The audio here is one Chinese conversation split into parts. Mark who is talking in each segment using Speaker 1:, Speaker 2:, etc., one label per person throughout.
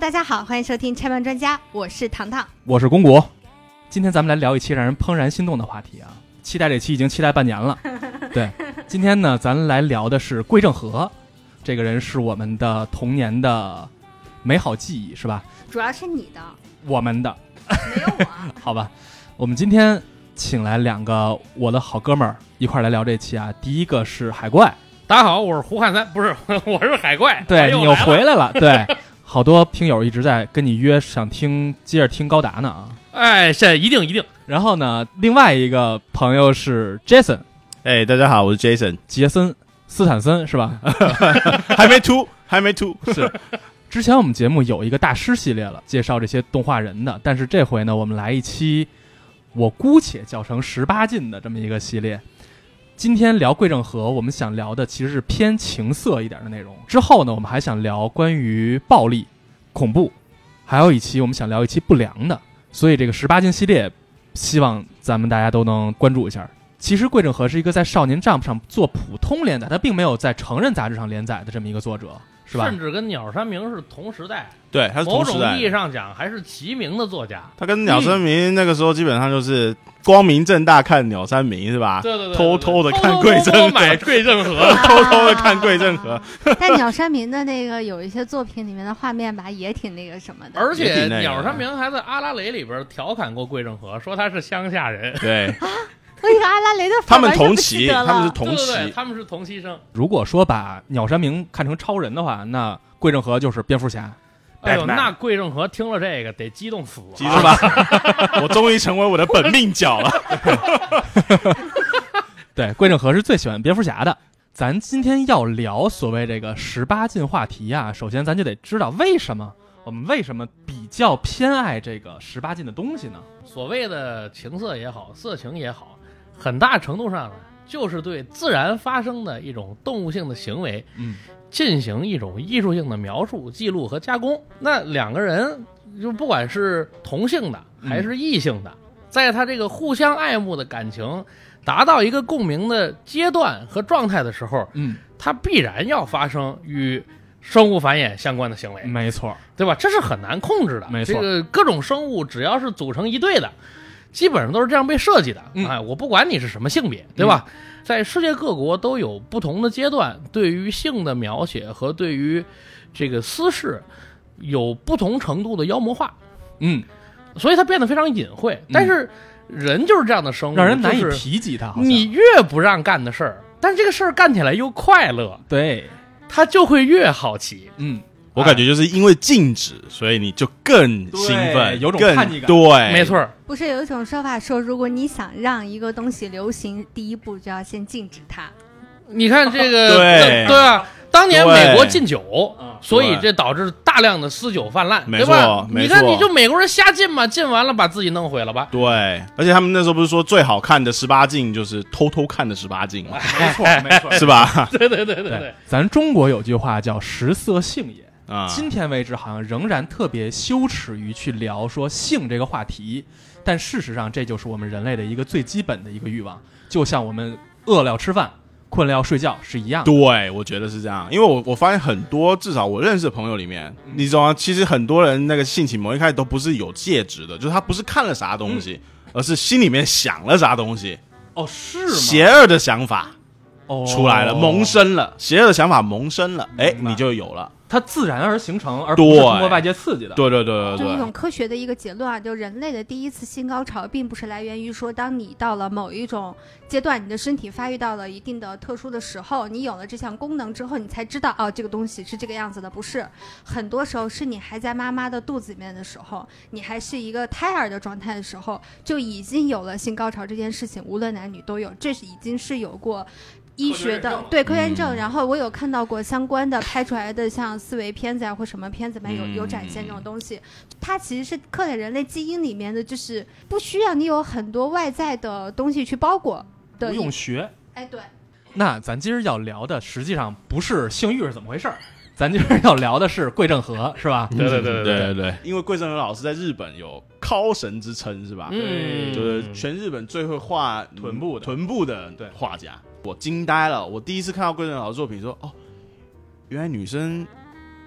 Speaker 1: 大家好，欢迎收听拆漫专家，我是糖糖。
Speaker 2: 我是公谷，今天咱们来聊一期让人怦然心动的话题啊！期待这期已经期待半年了。对，今天呢，咱来聊的是桂正和，这个人是我们的童年的美好记忆，是吧？
Speaker 1: 主要是你的，
Speaker 2: 我们的，
Speaker 1: 没有我。
Speaker 2: 好吧？我们今天请来两个我的好哥们儿一块儿来聊这期啊。第一个是海怪，
Speaker 3: 大家好，我是胡汉三，不是， 我是海怪。哎
Speaker 2: 对
Speaker 3: 呦
Speaker 2: 你
Speaker 3: 我
Speaker 2: 又
Speaker 3: 来了
Speaker 2: 回来了，对，好多听友一直在跟你约，想听接着听高达呢啊。
Speaker 3: 哎，这一定一定。
Speaker 2: 然后呢，另外一个朋友是 Jason。
Speaker 4: 哎，大家好，我是 Jason，
Speaker 2: 杰森·斯坦森是吧？
Speaker 4: 还没秃， 还没秃，
Speaker 2: 是。之前我们节目有一个大师系列了，介绍这些动画人的，但是这回呢，我们来一期我姑且叫成十八禁的这么一个系列。今天聊桂正和，我们想聊的其实是偏情色一点的内容。之后呢，我们还想聊关于暴力、恐怖，还有一期我们想聊一期不良的。所以这个十八禁系列，希望咱们大家都能关注一下。其实桂正和是一个在《少年 Jump》上做普通连载，他并没有在成人杂志上连载的这么一个作者，是吧？
Speaker 3: 甚至跟鸟山明是同时代，
Speaker 4: 对，他是
Speaker 3: 某
Speaker 4: 同时
Speaker 3: 种
Speaker 4: 代
Speaker 3: 意义。上讲还是齐名的作家。
Speaker 4: 他跟鸟山明那个时候基本上就是光明正大看鸟山明是吧？
Speaker 3: 对对对，
Speaker 4: 啊偷偷
Speaker 3: 的
Speaker 4: 地看桂正和
Speaker 3: 买桂正 和。
Speaker 4: 偷偷的看桂正 和，
Speaker 1: 啊但鸟山明的那个有一些作品里面的画面吧，也挺那个什么的。
Speaker 3: 而
Speaker 4: 也
Speaker 3: 且
Speaker 4: 挺那个
Speaker 3: 鸟山明还在《阿拉蕾》里边调侃过桂正和，说他是乡下人。
Speaker 4: 对
Speaker 1: 我一个哎阿拉蕾的粉儿
Speaker 4: 他们
Speaker 1: 完全
Speaker 4: 同
Speaker 1: 不记
Speaker 4: 期，
Speaker 1: 得了
Speaker 4: 他们是同
Speaker 3: 对对对，
Speaker 4: 期，
Speaker 3: 他们是同期生。
Speaker 2: 如果说把鸟山明看成超人的话，那桂正和就是蝙蝠侠。
Speaker 3: 哎呦，
Speaker 4: Batman
Speaker 3: 那桂正和听了这个得激动死
Speaker 4: 记
Speaker 3: 了。
Speaker 4: 住吧？ 我终于成为我的本命角了。
Speaker 2: 对，桂正和是最喜欢蝙蝠侠的。咱今天要聊所谓这个十八禁话题啊，首先咱就得知道为什么我们为什么比较偏爱这个十八禁的东西呢？
Speaker 3: 所谓的情色也好，色情也好，很大程度上呢，就是对自然发生的一种动物性的行为
Speaker 2: 嗯，
Speaker 3: 进行一种艺术性的描述、记录和加工。那两个人就不管是同性的
Speaker 2: 嗯
Speaker 3: 还是异性的，在他这个互相爱慕的感情达到一个共鸣的阶段和状态的时候，
Speaker 2: 嗯，
Speaker 3: 它必然要发生与生物繁衍相关的行为，
Speaker 2: 嗯没错，
Speaker 3: 对吧？这是很难控制的。
Speaker 2: 没错
Speaker 3: 这个各种生物只要是组成一队的。基本上都是这样被设计的，
Speaker 2: 嗯
Speaker 3: 哎，我不管你是什么性别，对吧？在世界各国都有不同的阶段，对于性的描写和对于这个私事有不同程度的妖魔化，
Speaker 2: 嗯，
Speaker 3: 所以它变得非常隐晦。但是人就是这样的生物，
Speaker 2: 嗯让人难以
Speaker 3: 就是
Speaker 2: 提及它。好像
Speaker 3: 你越不让干的事儿，但这个事儿干起来又快乐，
Speaker 2: 对，
Speaker 3: 他就会越好奇。
Speaker 2: 嗯，
Speaker 4: 我感觉就是因为禁止，所以你就更兴
Speaker 2: 对
Speaker 4: 奋，
Speaker 2: 有种
Speaker 4: 更
Speaker 2: 叛逆感
Speaker 4: 对，
Speaker 3: 没错儿，
Speaker 1: 不是有一种说法说，如果你想让一个东西流行，第一步就要先禁止它。
Speaker 3: 你看这个，
Speaker 4: 对
Speaker 3: 对啊，当年
Speaker 4: 对
Speaker 3: 美国禁酒
Speaker 2: 嗯，
Speaker 3: 所以这导致大量的私酒泛滥，
Speaker 4: 没
Speaker 3: 对吧？
Speaker 4: 错没
Speaker 3: 你看，
Speaker 4: 错
Speaker 3: 你就美国人瞎禁嘛，禁完了把自己弄毁了吧？
Speaker 4: 对，而且他们那时候不是说最好看的十八禁就是偷偷看的十八禁 吗？
Speaker 2: 没错，没错。
Speaker 4: 是吧？
Speaker 3: 对对对对 对
Speaker 2: 对，，咱中国有句话叫“食色性也”，
Speaker 4: 啊，
Speaker 2: 今天为止，好像仍然特别羞耻于去聊说性这个话题，但事实上，这就是我们人类的一个最基本的一个欲望，就像我们饿了要吃饭，困了要睡觉是一样的。
Speaker 4: 对，我觉得是这样，因为我我发现很多，至少我认识的朋友里面，你知道吗？其实很多人那个性启蒙一开始都不是有介质的，就是他不是看了啥东西，而是心里面想了啥东西，
Speaker 2: 哦，是吗？
Speaker 4: 邪恶的想法
Speaker 2: 哦
Speaker 4: 出来了，萌，生了，邪恶的想法萌生了，哎，
Speaker 2: 明白
Speaker 4: 你就有了。
Speaker 2: 它自然而形成，而不是
Speaker 4: 对
Speaker 2: 通过外界刺激的。，
Speaker 4: 对对对
Speaker 1: 就
Speaker 4: 对
Speaker 1: 是一
Speaker 4: 对
Speaker 1: 种科学的一个结论啊，就人类的第一次性高潮，并不是来源于说，当你到了某一种阶段，你的身体发育到了一定的特殊的时候，你有了这项功能之后，你才知道哦，这个东西是这个样子的，不是。很多时候是你还在妈妈的肚子里面的时候，你还是一个胎儿的状态的时候，就已经有了性高潮这件事情，无论男女都有，这是已经是有过。医学的对科研证，然后我有看到过相关的拍出来的，像思维片子啊或什么片子里面有有展现这种东西，它其实是刻在人类基因里面的，就是不需要你有很多外在的东西去包裹的
Speaker 2: 不
Speaker 1: 一。
Speaker 2: 用学。
Speaker 1: 哎，对，
Speaker 2: 那咱今儿要聊的，实际上不是性欲是怎么回事儿，咱今儿要聊的是桂正和，是吧？
Speaker 3: 对对对对
Speaker 4: 对对，因为桂正和老师在日本有尻神之称，是吧？
Speaker 3: 嗯，
Speaker 4: 就是全日本最会画臀部的臀部的
Speaker 2: 对
Speaker 4: 画家，我惊呆了。我第一次看到桂正老师作品说，哦，原来女生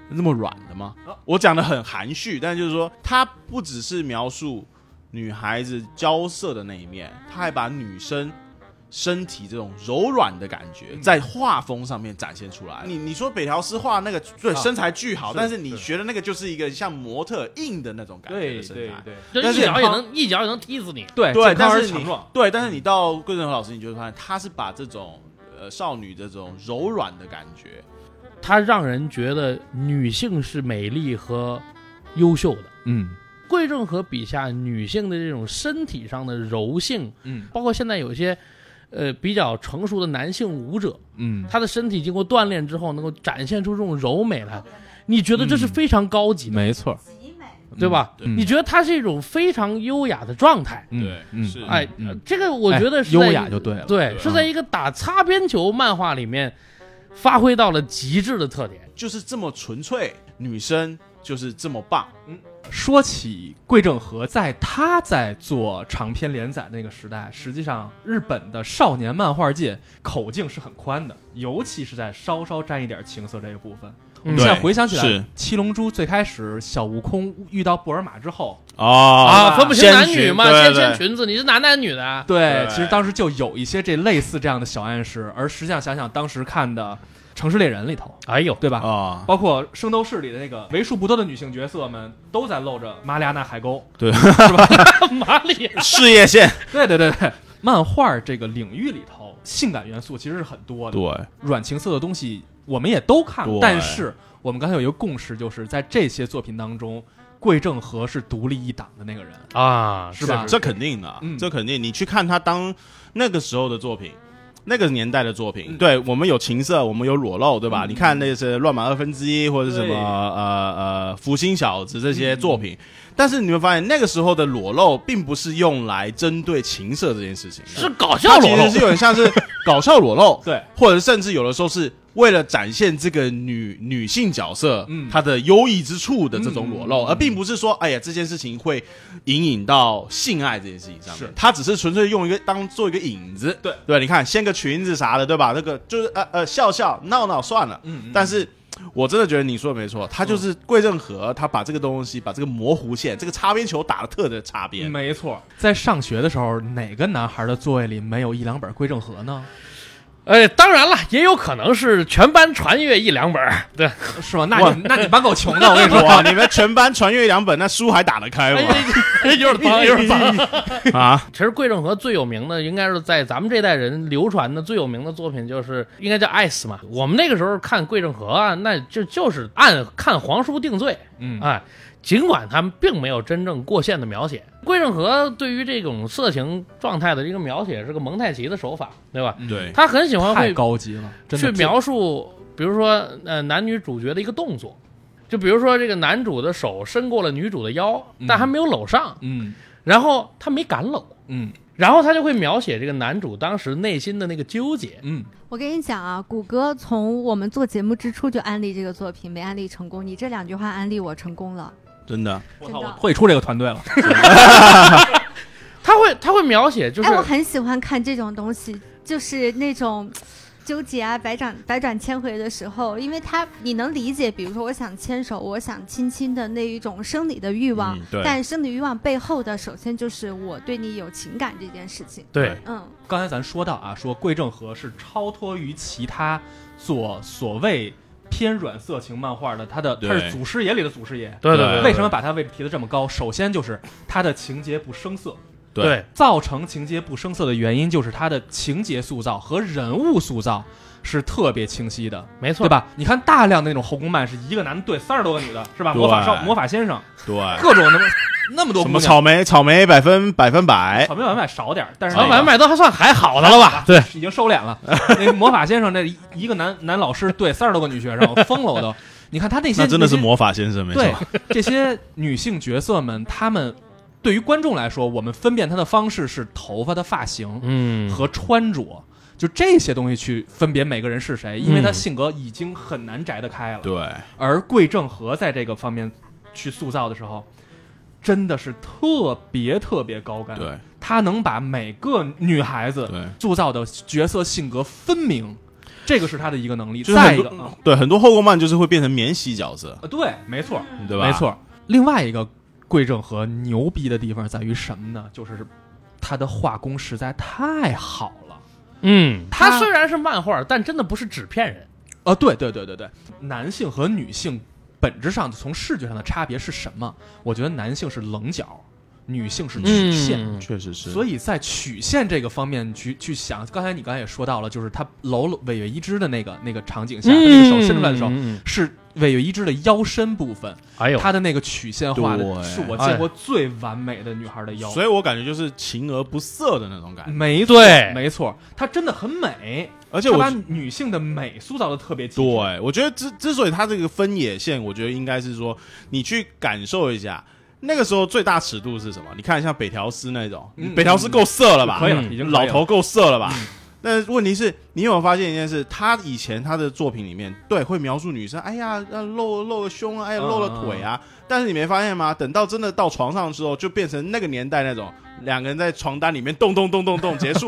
Speaker 4: 那么软的吗？
Speaker 2: 哦
Speaker 4: 我讲的很含蓄，但就是说，它不只是描述女孩子娇涩的那一面，它还把女生身体这种柔软的感觉
Speaker 2: 嗯
Speaker 4: 在画风上面展现出来。你你说北条司画那个对
Speaker 2: 啊
Speaker 4: 身材巨好，
Speaker 2: 是
Speaker 4: 但是你
Speaker 2: 是
Speaker 4: 学的那个就是一个像模特硬的那种感觉
Speaker 2: 对
Speaker 4: 的身
Speaker 2: 对
Speaker 4: 材。
Speaker 2: 对
Speaker 3: 这
Speaker 4: 但
Speaker 3: 一
Speaker 4: 是
Speaker 3: 脚也
Speaker 4: 他
Speaker 3: 能一脚也能踢死你。
Speaker 2: 啊对
Speaker 4: 对
Speaker 2: 哎健康
Speaker 4: 但
Speaker 2: 而
Speaker 4: 是你
Speaker 2: 强壮，
Speaker 4: 对，但是你到桂正和老师，你就会发现他是把这种呃少女这种柔软的感觉，
Speaker 3: 它让人觉得女性是美丽和优秀的。
Speaker 2: 嗯
Speaker 3: 桂正和笔下女性的这种身体上的柔性，
Speaker 2: 嗯
Speaker 3: 包括现在有一些，呃，比较成熟的男性舞者，
Speaker 2: 嗯，
Speaker 3: 他的身体经过锻炼之后，能够展现出这种柔美来，你觉得这是
Speaker 2: 嗯
Speaker 3: 非常高级的，
Speaker 2: 没错，
Speaker 1: 极美，
Speaker 3: 对吧？
Speaker 4: 嗯
Speaker 3: 嗯
Speaker 4: 对
Speaker 3: 你觉得它是一种非常优雅的状态？
Speaker 2: 嗯
Speaker 4: 对
Speaker 2: 嗯
Speaker 4: 是
Speaker 2: 嗯
Speaker 3: 哎，
Speaker 2: 嗯
Speaker 3: 呃这个我觉得是在
Speaker 2: 优
Speaker 3: 一个
Speaker 2: 雅就对了，
Speaker 3: 对，
Speaker 4: 对
Speaker 3: 是在一个打擦边球漫画里面发挥到了极致的特点。
Speaker 4: 就是这么纯粹，女生就是这么棒。
Speaker 2: 说起桂正和，在他在做长篇连载那个时代，实际上日本的少年漫画界口径是很宽的，尤其是在稍稍沾一点情色这一部分。我们
Speaker 4: 嗯对
Speaker 2: 现在回想起来，
Speaker 4: 是
Speaker 2: 《七龙珠》最开始小悟空遇到布尔玛之后，
Speaker 4: 哦
Speaker 3: 啊，分不清
Speaker 4: 先
Speaker 3: 男女
Speaker 4: 群
Speaker 3: 嘛，
Speaker 4: 对
Speaker 3: 先
Speaker 4: 对
Speaker 3: 先裙子，你是男的还是女的啊？
Speaker 2: 对，
Speaker 4: 对
Speaker 2: 其实当时就有一些这类似这样的小暗示，而实际上想想，当时看的《城市猎人》里头，
Speaker 3: 哎呦，
Speaker 2: 对吧？
Speaker 4: 啊，
Speaker 2: 包括《圣斗士》里的那个为数不多的女性角色们，都在露着马里亚纳海沟。
Speaker 3: 马里
Speaker 4: 事业线，
Speaker 2: 对对对对，漫画这个领域里头，性感元素其实是很多的，
Speaker 4: 对
Speaker 2: 软情色的东西我们也都看过
Speaker 4: 对，
Speaker 2: 但是我们刚才有一个共识，就是在这些作品当中，桂正和是独立一档的那个人。
Speaker 3: 啊，
Speaker 2: 是吧
Speaker 4: 这肯定的，
Speaker 2: 嗯
Speaker 4: 这肯定。你去看他当那个时候的作品。那个年代的作品，
Speaker 2: 嗯
Speaker 4: 对我们有情色，我们有裸露，对吧？
Speaker 2: 嗯
Speaker 4: 你看那是《乱马二分之一》或者什么
Speaker 2: 对
Speaker 4: 呃呃《福星小子》这些作
Speaker 2: 嗯
Speaker 4: 品，但是你会发现那个时候的裸露并不是用来针对情色这件事情的，
Speaker 3: 是搞笑哦
Speaker 4: 它
Speaker 3: 裸
Speaker 4: 其
Speaker 3: 露
Speaker 4: 实是有点像是搞笑裸露，
Speaker 2: 对，
Speaker 4: 或者甚至有的时候是为了展现这个女女性角色
Speaker 2: 嗯
Speaker 4: 她的优异之处的这种裸露，
Speaker 2: 嗯嗯嗯
Speaker 4: 而并不是说哎呀这件事情会引引到性爱这件事情上面
Speaker 2: 是，
Speaker 4: 她只是纯粹用一个当做一个引子，
Speaker 2: 对
Speaker 4: 对，你看掀个裙子啥的，对吧？那个就是呃呃笑笑闹闹算了，
Speaker 2: 嗯
Speaker 4: 但是。我真的觉得你说的没错，他就是桂正和，他把这个东西，把这个模糊线，这个擦边球打的特别擦边，
Speaker 2: 没错，在上学的时候，哪个男孩的座位里没有一两本桂正和呢？
Speaker 3: 哎，当然了，也有可能是全班传阅一两本儿，对，
Speaker 2: 是吧？那你那你蛮够穷的，我跟你 说。
Speaker 4: 哇，你们全班传阅两本，那书还打得开吗？
Speaker 3: 哎有点脏，有点脏。
Speaker 4: 啊，
Speaker 3: 其实桂正和最有名的，应该是在咱们这代人流传的最有名的作品，就是应该叫《爱死》嘛。我们那个时候看桂正和啊，那就就是按看皇叔定罪，
Speaker 2: 嗯
Speaker 3: 哎，尽管他们并没有真正过线的描写，桂正和对于这种色情状态的一个描写是个蒙太奇的手法，对吧？
Speaker 4: 对，
Speaker 3: 他很喜欢
Speaker 2: 嗯太
Speaker 3: 会
Speaker 2: 高级了，真
Speaker 3: 去
Speaker 2: 的
Speaker 3: 描述，比如说呃男女主角的一个动作，就比如说这个男主的手伸过了女主的腰，但还没有搂上，
Speaker 2: 嗯
Speaker 3: 然后他没敢搂，
Speaker 2: 嗯
Speaker 3: 然后他就会描写这个男主当时内心的那个纠结。
Speaker 2: 嗯，
Speaker 1: 我跟你讲啊，谷歌从我们做节目之初就安利这个作品，没安利成功。你这两句话安利我成功了，
Speaker 4: 真的，
Speaker 1: 真的。
Speaker 2: 会出这个团队了。
Speaker 3: 他会他会描写就是
Speaker 1: 哎，我很喜欢看这种东西，就是那种。纠结啊，百转百转千回的时候，因为他你能理解，比如说我想牵手，我想亲亲的那一种生理的欲望，
Speaker 4: 嗯对
Speaker 1: 但生理欲望背后的，首先就是我对你有情感这件事情。
Speaker 3: 对
Speaker 1: 嗯，
Speaker 2: 刚才咱说到啊，说桂正和是超脱于其他做所谓偏软色情漫画的，他的
Speaker 4: 对
Speaker 2: 他是祖师爷里的祖师爷。
Speaker 3: 对对对，
Speaker 2: 为什么把他位置提得这么高？首先就是他的情节不生涩，
Speaker 3: 对对
Speaker 2: 造成情节不生涩的原因就是他的情节塑造和人物塑造是特别清晰的，
Speaker 3: 没错
Speaker 2: 对？吧？你看大量的那种后宫漫是一个男的对三十多个女的，是吧？
Speaker 4: 对
Speaker 2: 魔法少、魔法先生，
Speaker 4: 对，
Speaker 2: 各种那么那么多
Speaker 4: 什
Speaker 2: 姑
Speaker 4: 么
Speaker 2: 娘
Speaker 4: 草莓，草莓百分百分百，
Speaker 2: 草莓晚买少点儿，但是
Speaker 3: 老
Speaker 2: 那个
Speaker 3: 板买都还算还好的了吧？对，
Speaker 2: 已经收敛 了。那魔法先生那一一个男男老师对三十多个女学 生，我疯了我都。你看他那些
Speaker 4: 那真的是
Speaker 2: 那些
Speaker 4: 魔法先生，没错
Speaker 2: 对，这些女性角色们，她们对于观众来说，我们分辨她的方式是头发的发型
Speaker 3: 嗯
Speaker 2: 和穿着，就这些东西去分别每个人是谁，因为她
Speaker 3: 嗯
Speaker 2: 性格已经很难摘得开了。
Speaker 4: 对，
Speaker 2: 而桂正和在这个方面去塑造的时候，真的是特别特别高干，
Speaker 4: 对，
Speaker 2: 他能把每个女孩子
Speaker 4: 对，
Speaker 2: 塑造的角色性格分明，这个是他的一个能力。
Speaker 4: 就是
Speaker 2: 再
Speaker 4: 很
Speaker 2: 一个，
Speaker 4: 多
Speaker 2: 啊
Speaker 4: 对很多后宫漫就是会变成免洗角色，
Speaker 2: 呃对，没错，
Speaker 4: 对吧？
Speaker 2: 没，错。另外一个桂正和牛逼的地方在于什么呢？就是他的画工实在太好了。
Speaker 3: 嗯，
Speaker 2: 他
Speaker 3: 他虽然是漫画，但真的不是纸片人。
Speaker 2: 啊，对对对对对，男性和女性本质上从视觉上的差别是什么？我觉得男性是棱角，女性是曲线。
Speaker 3: 嗯
Speaker 4: 确实是。
Speaker 2: 所
Speaker 4: 以
Speaker 2: 以在曲线这个方面去去想，刚才你刚才也说到了，就是他搂了尾月一枝的那个那个场景下，他那个手伸出来的时候，
Speaker 3: 嗯嗯嗯
Speaker 2: 是尾月一枝的腰身部分，
Speaker 3: 哎呦，
Speaker 2: 她的那个曲线画的
Speaker 4: 对
Speaker 2: 是我见过最完美的女孩的腰。
Speaker 4: 所以我感觉就是情而不色的那种感觉，
Speaker 2: 没错
Speaker 3: 对
Speaker 2: 没错，她真的很美，
Speaker 4: 而且
Speaker 2: 她
Speaker 4: 我
Speaker 2: 把女性的美塑造的特别极致。
Speaker 4: 对，我觉得之之所以它这个分野线，我觉得应该是说你去感受一下。那个时候最大尺度是什么？你看像北条司那种，
Speaker 2: 嗯
Speaker 4: 北条司够色了吧？
Speaker 2: 可以了，
Speaker 3: 嗯
Speaker 2: 已经可以
Speaker 4: 老
Speaker 2: 了嗯
Speaker 4: 头够色了吧？嗯但问题是，你有没有发现一件事？他以前他的作品里面，对会描述女生，哎呀，呃露露了胸啊，哎呀，
Speaker 2: 嗯
Speaker 4: 露了腿啊。但是你没发现吗？等到真的到床上之后，就变成那个年代那种两个人在床单里面动动动动动，结束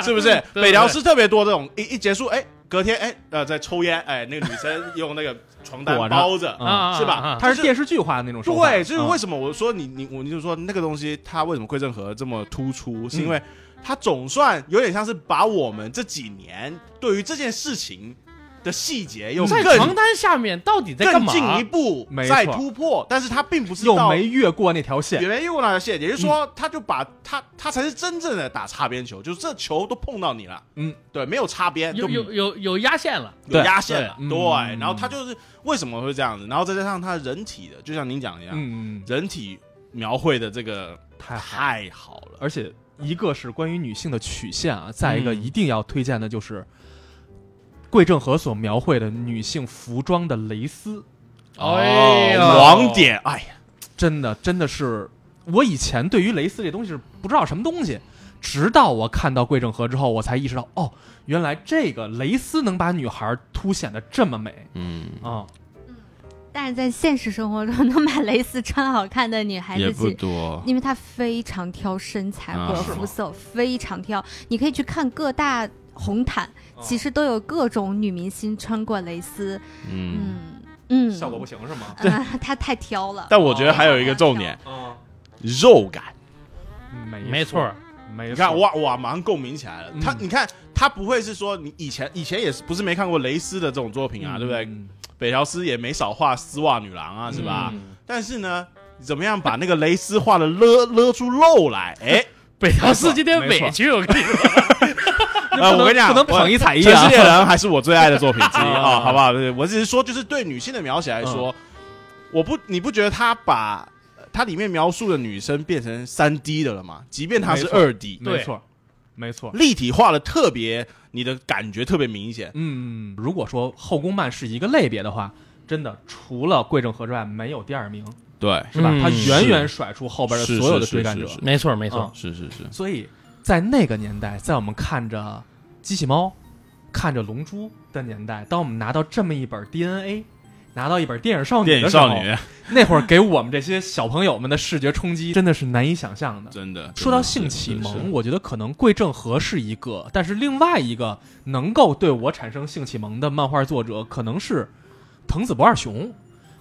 Speaker 4: 是不是？
Speaker 3: 对
Speaker 4: 北辽师特别多这种，一一结束，哎，隔天哎呃在抽烟，哎那个女生用那个床单
Speaker 2: 裹着
Speaker 4: 包着，
Speaker 2: 嗯
Speaker 3: 啊
Speaker 4: 是吧
Speaker 3: 啊啊
Speaker 2: 它是电视剧化的那种手法。
Speaker 4: 对，就是
Speaker 2: 嗯
Speaker 4: 为什么我说你你我就是说那个东西，它为什么桂正和这么突出，是因
Speaker 3: 嗯
Speaker 4: 为它总算有点像是把我们这几年对于这件事情的细节又
Speaker 3: 在
Speaker 4: 更
Speaker 3: 床单下面到底在干
Speaker 4: 更
Speaker 3: 嘛？
Speaker 4: 进一步
Speaker 2: 没错
Speaker 4: 再突破，但是它并不是
Speaker 2: 又
Speaker 4: 到
Speaker 2: 没越过那条线。嗯
Speaker 4: 也没用那条线，也就是说，他就把他他才是真正的打擦边球，就是这球都碰到你了，
Speaker 2: 嗯，
Speaker 4: 对，没有擦边，
Speaker 3: 有
Speaker 4: 就
Speaker 3: 有有有压线了，
Speaker 4: 有
Speaker 2: 对
Speaker 4: 压线了，
Speaker 2: 对嗯
Speaker 4: 对，然后他就是为什么会这样子，然后再加上他人体的，就像您讲的一样，
Speaker 2: 嗯，
Speaker 4: 人体描绘的这个
Speaker 2: 太好了。
Speaker 4: 太好了，
Speaker 2: 而且一个是关于女性的曲线啊，再一个
Speaker 4: 嗯
Speaker 2: 一定要推荐的就是桂正和所描绘的女性服装的蕾丝，
Speaker 4: 哦
Speaker 3: 哎呦，
Speaker 4: 网点，哎呀，
Speaker 2: 真的真的是我以前对于蕾丝这东西是不知道什么东西。直到我看到桂正和之后，我才意识到，哦，原来这个蕾丝能把女孩凸显的这么美
Speaker 4: 嗯，
Speaker 2: 啊、
Speaker 1: 但是在现实生活中，能把蕾丝穿好看的女孩子其实
Speaker 4: 多，
Speaker 1: 因为她非常挑身材
Speaker 4: 啊
Speaker 1: 和
Speaker 2: 是吗
Speaker 1: 肤色，非常挑。你可以去看各大红毯，
Speaker 2: 哦
Speaker 1: 其实都有各种女明星穿过蕾丝。
Speaker 4: 嗯。
Speaker 1: 嗯嗯，
Speaker 2: 效果不行是吗？
Speaker 1: 啊，她太挑了。
Speaker 4: 但我觉得还有一个重点，
Speaker 2: 啊、
Speaker 4: 肉感。
Speaker 2: 没
Speaker 3: 没错儿，
Speaker 2: 没错，
Speaker 4: 你看，哇哇，马上共鸣起来了
Speaker 2: 嗯。
Speaker 4: 他，你看，他不会是说你以前以前也是不是没看过蕾丝的这种作品啊，对不对？
Speaker 2: 嗯
Speaker 4: 北条司也没少画丝袜女郎啊，是吧？但是呢，怎么样把那个蕾丝画的勒勒出肉来？哎，
Speaker 3: 北条司今天
Speaker 2: 没错
Speaker 3: 委屈，我跟你说，
Speaker 4: 呃我跟你讲
Speaker 2: 不能
Speaker 4: 我
Speaker 2: 捧一踩一
Speaker 4: 城
Speaker 2: 啊
Speaker 4: 市！猎人还是我最爱的作品 之一
Speaker 2: 啊
Speaker 4: 啊，好不好？对我只是说，就是对女性的描写来
Speaker 2: 嗯
Speaker 4: 说，我不，你不觉得他把呃他里面描述的女生变成三 D 的了吗？即便她是
Speaker 2: 没错
Speaker 4: 二 D，
Speaker 2: 没错，没错。
Speaker 4: 立体化的特别，你的感觉特别明显。
Speaker 2: 嗯，如果说后宫漫是一个类别的话，真的除了桂正和之外，没有第二名，
Speaker 4: 对，
Speaker 2: 是吧？
Speaker 3: 嗯
Speaker 2: 他远远甩出后边的所有的追赶者
Speaker 4: 是是是。
Speaker 3: 没错没
Speaker 2: 错
Speaker 4: 是是是，
Speaker 2: 所以在那个年代，在我们看着机器猫、看着龙珠的年代，当我们拿到这么一本 DNA。拿到一本电影少
Speaker 4: 电
Speaker 2: 女
Speaker 4: 影
Speaker 2: 的时候，
Speaker 4: 少女
Speaker 2: 那会儿给我们这些小朋友们的视觉冲击真的是难以想象的。
Speaker 4: 真的
Speaker 2: 说到性启蒙，，我觉得可能桂正和是一个，但是另外一个能够对我产生性启蒙的漫画作者，可能是藤子不二雄，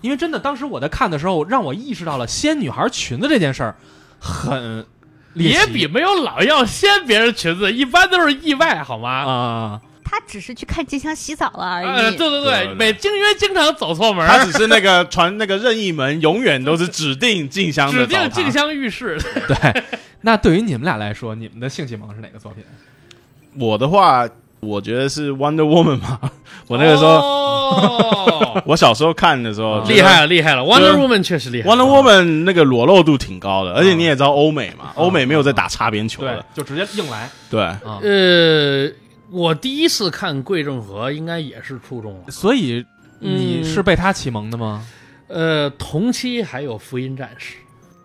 Speaker 2: 因为真的当时我在看的时候，让我意识到了掀女孩裙子这件事儿很猎
Speaker 3: 也
Speaker 2: 奇
Speaker 3: 比没有老要掀别人裙子，一般都是意外，好吗？
Speaker 2: 啊、
Speaker 1: 她只是去看静香洗澡了而已。
Speaker 2: 哎
Speaker 3: 呃，对对
Speaker 4: 对
Speaker 3: 对，
Speaker 4: 对
Speaker 3: 美京约经常走错门儿，
Speaker 4: 他只是那个传那个任意门，永远都是指定静香的
Speaker 3: 指
Speaker 4: 澡堂，
Speaker 3: 定静香浴室。
Speaker 2: 对。那对于你们俩来说，你们的性启蒙是哪个作品？
Speaker 4: 我的话，我觉得是 Wonder Woman 吧。 我那个时候，
Speaker 3: 候
Speaker 4: 我小时候看的时候，
Speaker 2: 啊
Speaker 3: 哦厉害了，厉害了，Wonder
Speaker 4: 就是
Speaker 3: Woman 确实厉害。
Speaker 4: Wonder Woman 那个裸露度挺高的，而且你也知道欧美
Speaker 3: 哦
Speaker 4: 嘛，欧美没有在打擦边球
Speaker 2: 对
Speaker 4: 的，，
Speaker 2: 就直接硬来
Speaker 4: 对，
Speaker 2: 啊。
Speaker 3: 呃，我第一次看桂正和应该也是初中了。
Speaker 2: 所以你
Speaker 3: 嗯
Speaker 2: 是被他启蒙的吗？
Speaker 3: 呃，同期还有福音战士，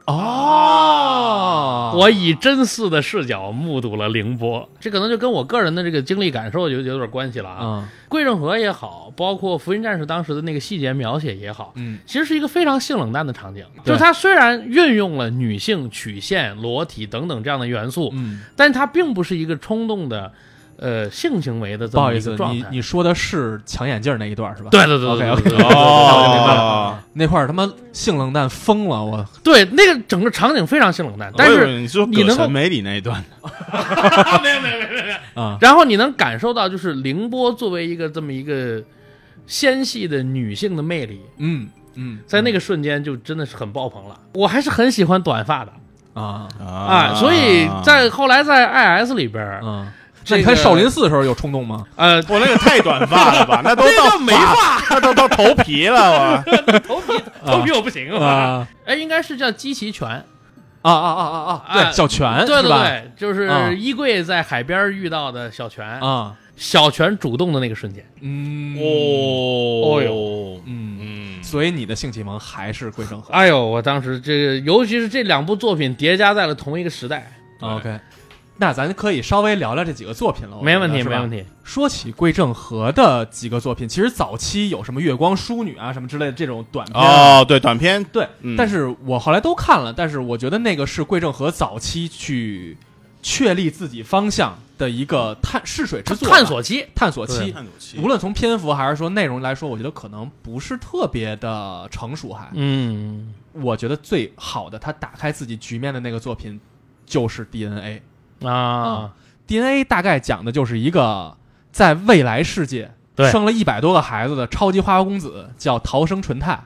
Speaker 2: 哦，
Speaker 3: 我以真嗣的视角目睹了凌波，这可能就跟我个人的这个经历感受有有点关系了啊。
Speaker 2: 啊，
Speaker 3: 桂正和也好，包括福音战士当时的那个细节描写也好，
Speaker 2: 嗯
Speaker 3: 其实是一个非常性冷淡的场景。
Speaker 2: 对
Speaker 3: 就是它虽然运用了女性曲线、裸体等等这样的元素，
Speaker 2: 嗯
Speaker 3: 但是它并不是一个冲动的。呃性行为的这
Speaker 2: 不好
Speaker 3: 么
Speaker 2: 意
Speaker 3: 一
Speaker 2: 思
Speaker 3: 个，状
Speaker 2: 你
Speaker 3: 态。
Speaker 2: 你说的是抢眼镜儿那一段是吧？，
Speaker 3: 对对对对
Speaker 2: OK，OK
Speaker 3: 对对对对对对对对对对我就明白了。
Speaker 4: 哦，
Speaker 2: 那块儿他妈性冷淡疯了，我
Speaker 3: 对，那个整个场景非常性冷淡， 但
Speaker 4: 我以
Speaker 3: 是
Speaker 4: 为你说
Speaker 3: 你
Speaker 4: 葛
Speaker 3: 能够
Speaker 4: 城美里那一段，
Speaker 2: 啊
Speaker 3: 然后你能感受到，就是凌波作为一个这么一个纤细的女性的魅力，
Speaker 2: 嗯嗯，
Speaker 3: 在那个瞬间就真的是很爆棚了。我还是很喜欢短发的
Speaker 2: 啊
Speaker 3: 啊，所以在后来在 IS 里边儿，
Speaker 2: 嗯，
Speaker 3: 这
Speaker 2: 那你看
Speaker 3: 个
Speaker 2: 少林寺的时候有冲动吗？
Speaker 3: 呃，
Speaker 4: 我那个太短发 了吧，那都
Speaker 3: 那
Speaker 4: 到
Speaker 3: 叫没发，
Speaker 4: 那都到头皮了，我
Speaker 3: 头皮头皮我不行 啊，
Speaker 2: 啊
Speaker 3: 哎，应该是叫击其拳，
Speaker 2: 啊啊啊啊！
Speaker 3: 哎啊
Speaker 2: 对，小泉
Speaker 3: 对
Speaker 2: 是
Speaker 3: 对
Speaker 2: 吧？
Speaker 3: 对，就是
Speaker 2: 嗯
Speaker 3: 衣柜在海边遇到的小泉，
Speaker 2: 啊，
Speaker 3: 小泉主动的那个瞬间，
Speaker 2: 嗯，
Speaker 4: 哦
Speaker 3: 哦
Speaker 4: 哟，
Speaker 2: 嗯，
Speaker 4: 嗯，
Speaker 2: 所以你的性启蒙还是桂正和
Speaker 3: 哎呦，我当时这个，尤其是这两部作品叠加在了同一个时代，
Speaker 2: ？OK，那咱可以稍微聊聊这几个作品了，
Speaker 3: 没问题，没
Speaker 2: 题。
Speaker 3: 问题。
Speaker 2: 说起桂正和的几个作品，其实早期有什么《月光淑女》啊，什么之类的这种短片啊，
Speaker 4: 哦，对，短片，
Speaker 2: 对，
Speaker 4: 嗯
Speaker 2: 但是我后来都看了，但是我觉得那个是桂正和早期去确立自己方向的一个探试水之作吧，
Speaker 3: 探索期，
Speaker 2: 探索期
Speaker 3: 对。
Speaker 4: 看武器
Speaker 2: 无论从篇幅还是说内容来说，我觉得可能不是特别的成熟还。
Speaker 3: 嗯，
Speaker 2: 我觉得最好的他打开自己局面的那个作品就是《DNA》。
Speaker 3: 啊，
Speaker 2: DNA 大概讲的就是一个在未来世界
Speaker 3: 对
Speaker 2: 生了一百多个孩子的超级花花公子，叫逃生纯太，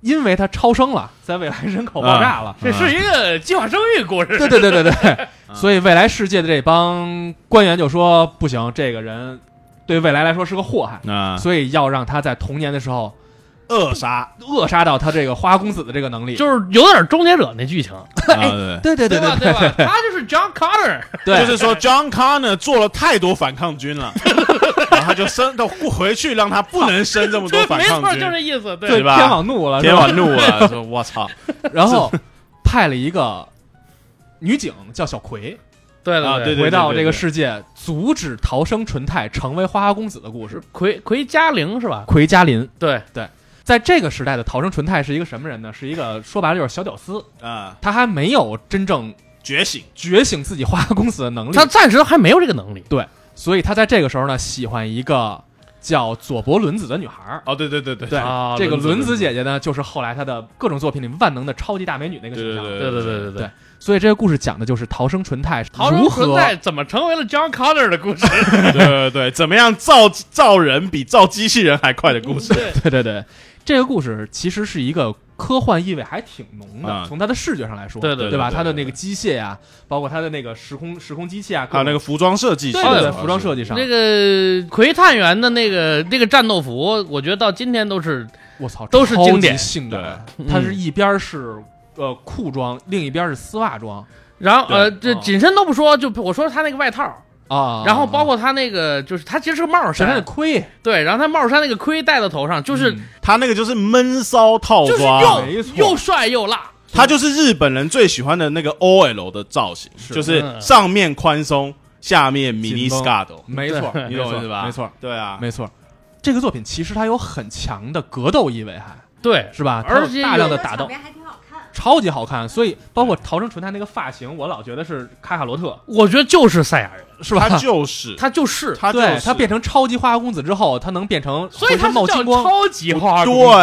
Speaker 2: 因为他超生了，在未来人口爆炸
Speaker 4: 啊
Speaker 2: 了。
Speaker 3: 这是一个计划生育故事。
Speaker 2: 对对对对 对，所以未来世界的这帮官员就说不行，这个人对未来来说是个祸害，
Speaker 4: 啊，
Speaker 2: 所以要让他在童年的时候
Speaker 4: 扼杀，
Speaker 2: 扼杀到他这个花花公子的这个能力。
Speaker 3: 就是有点终结者那剧情，
Speaker 4: 啊对。
Speaker 2: 对对对
Speaker 3: 吧？
Speaker 2: 对
Speaker 3: 吧？他就是 John Connor，
Speaker 2: 对，
Speaker 4: 就是说，John Connor 做了太多反抗 军了，然后他就生，他不回去让他不能生这么多
Speaker 3: 对，
Speaker 4: 反
Speaker 3: 没
Speaker 4: 抗
Speaker 3: 错，
Speaker 4: 军
Speaker 3: 就，这意思。
Speaker 2: 对
Speaker 4: 对吧
Speaker 2: 天网怒了，是吧
Speaker 4: 天网怒 了，说我操，
Speaker 2: 然后派了一个女警叫小葵
Speaker 3: 对
Speaker 4: 啊
Speaker 3: 对
Speaker 4: 对
Speaker 2: 回到这个世界，阻止逃生纯太成为花花公子的故事。
Speaker 3: 奎奎嘉玲是吧？
Speaker 2: 葵嘉林
Speaker 3: 对，
Speaker 2: 在这个时代的逃生纯太是一个什么人呢？是一个说白了就是小屌丝，
Speaker 4: 啊，
Speaker 2: 他还没有真正
Speaker 4: 觉醒，
Speaker 2: 觉醒自己花花公子的能力
Speaker 3: 他，暂时还没有这个能力。
Speaker 2: 所以他在这个时候呢，喜欢一个叫佐伯伦子的女孩儿。
Speaker 4: 哦，对对对对
Speaker 2: 对，
Speaker 3: 啊
Speaker 2: 这个
Speaker 3: 伦
Speaker 2: 伦
Speaker 3: 子
Speaker 2: 子姐姐呢，就是后来她的各种作品里万能的超级大美女那个形
Speaker 4: 对
Speaker 2: 象。
Speaker 4: 对
Speaker 3: 对对对对
Speaker 2: 对所以这个故事讲的就是逃生纯太
Speaker 3: 逃生
Speaker 2: 如
Speaker 3: 存
Speaker 2: 何
Speaker 3: 在怎么成为了 John Connor 的故事？
Speaker 4: 对对对，怎么样造造人比造机器人还快的故事？
Speaker 3: 对
Speaker 2: 对对对，这个故事其实是一个科幻意味还挺浓的，
Speaker 4: 啊
Speaker 2: 从它的视觉上来说，
Speaker 3: 对
Speaker 2: 对
Speaker 3: 对
Speaker 2: 吧？
Speaker 4: 对对
Speaker 2: 它的那
Speaker 4: 对
Speaker 2: 个机械啊，包括它的那个时空时空机器啊，
Speaker 4: 还有那
Speaker 2: 各
Speaker 4: 个哎服装设计，
Speaker 2: 种对对对
Speaker 3: 哦
Speaker 2: 服装设计上，
Speaker 3: 那个奎探员的那个那个战斗服，我觉得到今天都是
Speaker 2: 我操，
Speaker 3: 都是
Speaker 2: 超级
Speaker 3: 经典
Speaker 2: 性感，
Speaker 3: 对
Speaker 2: 它
Speaker 3: 嗯
Speaker 2: 是一边儿是呃裤装，另一边儿是丝袜装
Speaker 3: 然后呃，
Speaker 2: 对
Speaker 3: 这
Speaker 2: 哦
Speaker 3: 紧身都不说，就我说他那个外套，
Speaker 2: 啊，
Speaker 3: 然后包括他那个就是他其实是个帽
Speaker 2: 身上的
Speaker 3: 衫，
Speaker 2: 盔，
Speaker 3: 对，然后他帽衫那个盔戴到头上，就是
Speaker 2: 嗯
Speaker 4: 他那个就是闷骚套
Speaker 3: 就是
Speaker 4: 装，啊
Speaker 2: 没
Speaker 3: 又
Speaker 2: 错
Speaker 3: 又帅又辣，
Speaker 4: 他就是日本人最喜欢的那个 OL 的造型，
Speaker 2: 是
Speaker 4: 就是
Speaker 3: 嗯
Speaker 4: 上面宽松，下面
Speaker 2: 紧
Speaker 4: mini
Speaker 2: 绷
Speaker 4: skirt。
Speaker 2: 没错，
Speaker 3: 对
Speaker 4: 你
Speaker 2: 没
Speaker 4: 懂
Speaker 2: 错
Speaker 4: 是吧
Speaker 2: 没错，
Speaker 4: 对啊，
Speaker 2: 没错。这个作品其实它有很强的格斗意味，还
Speaker 3: 对，
Speaker 2: 是吧？它
Speaker 3: 而
Speaker 2: 有
Speaker 3: 且
Speaker 2: 大量的打斗
Speaker 1: 场，面还挺好看。
Speaker 2: 超级好看，所以包括逃生纯太那个发型，我老觉得是卡卡罗特，
Speaker 3: 我觉得就是赛亚人，
Speaker 2: 是吧？
Speaker 4: 他就是
Speaker 3: 他就是，
Speaker 4: 他就是
Speaker 2: 对他变成超级花花公子之后，他能变成
Speaker 3: 所以
Speaker 2: 浑身
Speaker 3: 他是
Speaker 2: 冒
Speaker 3: 叫
Speaker 2: 金光。
Speaker 3: 超级花公子
Speaker 2: 哦
Speaker 4: 对对，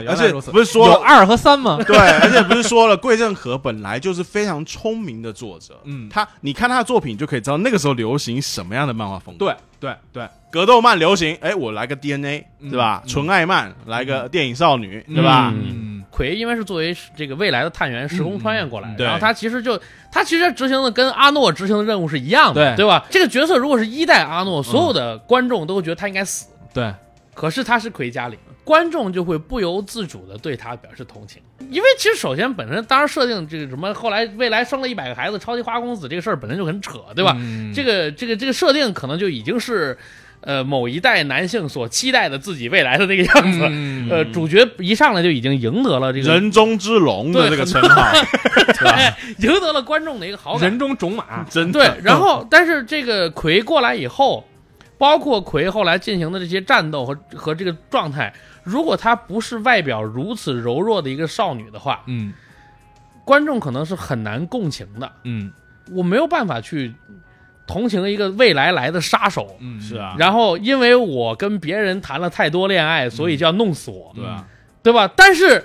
Speaker 2: 原来
Speaker 4: 而且
Speaker 2: 如此
Speaker 4: 不是说
Speaker 2: 有
Speaker 4: 了
Speaker 2: 二和三 吗？
Speaker 4: 对，而且不是说了，桂正和本来就是非常聪明的作者，
Speaker 2: 嗯
Speaker 4: 他你看他的作品就可以知道那个时候流行什么样的漫画风格。
Speaker 2: 对对对，
Speaker 4: 格斗漫流行，哎，我来个 DNA，
Speaker 2: 嗯
Speaker 4: 对吧？
Speaker 2: 嗯
Speaker 4: 纯爱漫来个电影少女，
Speaker 2: 嗯
Speaker 4: 对吧？
Speaker 2: 嗯
Speaker 3: 奎因为是作为这个未来的探员时空穿越过来
Speaker 4: 嗯
Speaker 3: 的，
Speaker 4: 对
Speaker 3: 然后他其实就他其实执行的跟阿诺执行的任务是一样的，
Speaker 2: 对嗯
Speaker 3: 对吧？这个角色如果是一代阿诺，所有的观众都会觉得他应该死，
Speaker 2: 对，
Speaker 3: 可是他是奎加里，观众就会不由自主的对他表示同情，因为其实首先本身当时设定这个什么后来未来生了一百个孩子超级花公子这个事儿本身就很扯，对吧？
Speaker 2: 嗯
Speaker 3: 这个这个这个设定可能就已经是，呃，某一代男性所期待的自己未来的那个样子。
Speaker 2: 嗯
Speaker 3: 呃，主角一上来就已经赢得了这个
Speaker 4: 人中之龙的
Speaker 3: 对
Speaker 4: 这个称号，
Speaker 3: 对， 赢得了观众的一个好感。
Speaker 2: 人中种马，
Speaker 4: 真的
Speaker 3: 对，然后但是这个奎过来以后，包括奎后来进行的这些战斗和和这个状态，如果她不是外表如此柔弱的一个少女的话，
Speaker 2: 嗯
Speaker 3: 观众可能是很难共情的。
Speaker 2: 嗯
Speaker 3: 我没有办法去同情一个未来来的杀手，
Speaker 2: 嗯
Speaker 4: 是，啊，
Speaker 3: 然后因为我跟别人谈了太多恋爱，所以就要弄死我，
Speaker 4: 对啊，
Speaker 3: 对吧？但是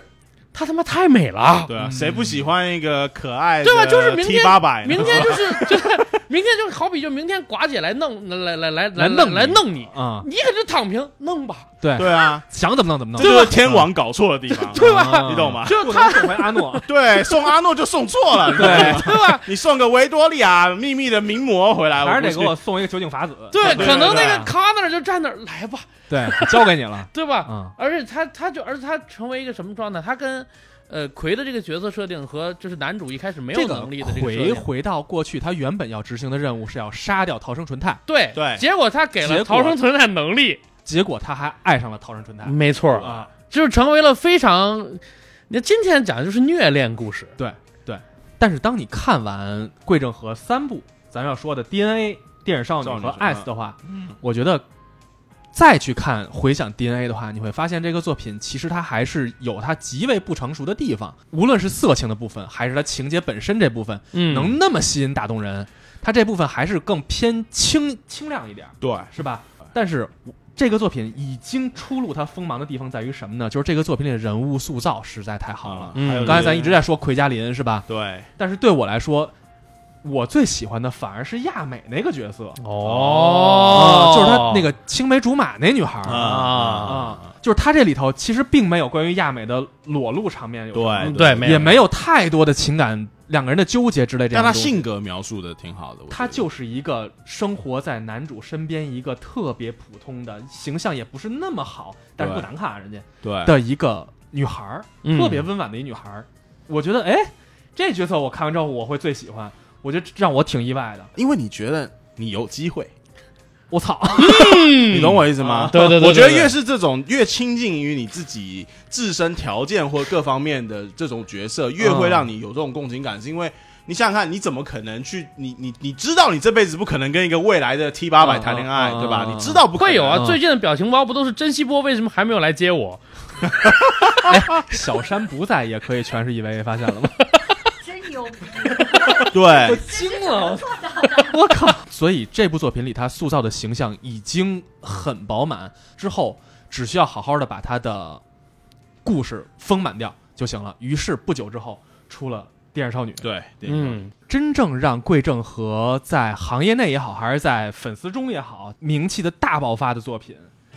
Speaker 3: 她他妈太美了，
Speaker 4: 对啊，
Speaker 2: 嗯
Speaker 4: 谁不喜欢一个可爱的
Speaker 3: 对吧就是明
Speaker 4: T
Speaker 3: 天
Speaker 4: 八百，
Speaker 3: 明天就是就是明天就好比就明天寡姐来弄来来来
Speaker 2: 来弄
Speaker 3: 弄
Speaker 2: 你
Speaker 3: 来弄你，
Speaker 2: 啊，
Speaker 3: 你可就躺平弄吧，
Speaker 2: 对，
Speaker 4: 对啊，
Speaker 2: 想怎么弄怎么
Speaker 4: 这
Speaker 2: 弄，
Speaker 4: 就是天 王搞错的 地方，
Speaker 3: 对吧？
Speaker 2: 啊
Speaker 4: 你懂？吗？
Speaker 3: 就
Speaker 2: 不
Speaker 3: 他
Speaker 2: 能送回阿 诺，
Speaker 4: 对，送阿诺就送错了，
Speaker 2: 对，
Speaker 3: 对吧？
Speaker 4: 你送个维多利亚秘密的名模回来，
Speaker 2: 还是得
Speaker 4: 哎估
Speaker 2: 给
Speaker 4: 计
Speaker 2: 我送一个酒井法子，
Speaker 3: 对，
Speaker 4: 对
Speaker 3: 可能
Speaker 4: 对
Speaker 3: 那个卡那儿就站那儿来吧，
Speaker 2: 对，交给你了，
Speaker 3: 对吧？
Speaker 2: 啊，
Speaker 3: 而且他他就而且他成为一个什么状态？他跟呃奎的这个角色设定和就是男主一开始没有
Speaker 2: 这个
Speaker 3: 能力的这个设
Speaker 2: 回
Speaker 3: 定，
Speaker 2: 回到过去，他原本要执行的任务是要杀掉逃生纯太，
Speaker 3: 对
Speaker 4: 对
Speaker 3: 结果他给
Speaker 2: 结果
Speaker 3: 了逃生存在能力，
Speaker 2: 结果他还爱上了逃生纯太
Speaker 3: 没错儿，
Speaker 2: 啊，
Speaker 3: 就是成为了非常。那今天讲的就是虐恋故事，
Speaker 2: 但是当你看完《贵正和》三部，咱要说的 DNA 电影少女
Speaker 4: 少女
Speaker 2: 和
Speaker 4: 是吧嗯
Speaker 2: S 的话，我觉得再去看回想 DNA 的话，你会发现这个作品其实它还是有它极为不成熟的地方，无论是色情的部分，还是它情节本身这部分，
Speaker 3: 嗯
Speaker 2: 能那么吸引打动人，它这部分还是更偏清清亮一点，
Speaker 4: 对，
Speaker 2: 是吧？但是我这个作品已经出露它锋芒的地方在于什么呢？就是这个作品里的人物塑造实在太好了。
Speaker 3: 嗯
Speaker 4: 还有
Speaker 2: 刚才咱
Speaker 4: 就是
Speaker 2: 一直在说奎加林是吧？
Speaker 4: 对，
Speaker 2: 但是对我来说，我最喜欢的反而是亚美那个角色，
Speaker 3: 哦
Speaker 2: 啊，就是她那个青梅竹马那女孩儿
Speaker 4: 哦啊
Speaker 2: 啊，就是她这里头其实并没有关于亚美的裸露场面有什么，
Speaker 3: 嗯
Speaker 4: 对
Speaker 3: 对，没
Speaker 2: 也没有太多的情感两个人的纠结之类这样
Speaker 4: 但他
Speaker 2: 的东西。
Speaker 4: 性格描述的挺好的，我觉得
Speaker 2: 她就是一个生活在男主身边一个特别普通的形象，也不是那么好，但是不
Speaker 4: 对
Speaker 2: 难看啊，人家
Speaker 4: 对
Speaker 2: 的一个女孩儿。
Speaker 3: 嗯
Speaker 2: 特别温婉的一女孩儿。我觉得，哎，这角色我看完之后我会最喜欢，我觉得这让我挺意外的。
Speaker 4: 因为你觉得你有机会，
Speaker 2: 我操，
Speaker 4: 你懂我意思吗？
Speaker 3: 嗯对对对对
Speaker 4: 我觉得越
Speaker 3: 对
Speaker 4: 是这种越亲近于你自己自身条件或各方面的这种角色，越
Speaker 3: 嗯
Speaker 4: 会让你有这种共情感，是因为。你想想看，你怎么可能去？你你你知道你这辈子不可能跟一个未来的 T 八百谈恋爱，
Speaker 2: 嗯嗯
Speaker 4: 对吧？
Speaker 2: 嗯嗯
Speaker 4: 你知道不可能
Speaker 3: 会有啊。
Speaker 2: 嗯
Speaker 3: 最近的表情包不都是珍惜波为什么还没有来接我？
Speaker 2: 小山不在也可以全是以为发现了吗？
Speaker 1: 真牛逼！
Speaker 4: 对
Speaker 2: 惊了， 我靠！所以这部作品里他塑造的形象已经很饱满，之后只需要好好的把他的故事丰满掉就行了。于是不久之后出了《电影少女》，
Speaker 4: 对，
Speaker 3: 嗯，
Speaker 2: 真正让桂正和在行业内也好，还是在粉丝中也好，名气的大爆发的作品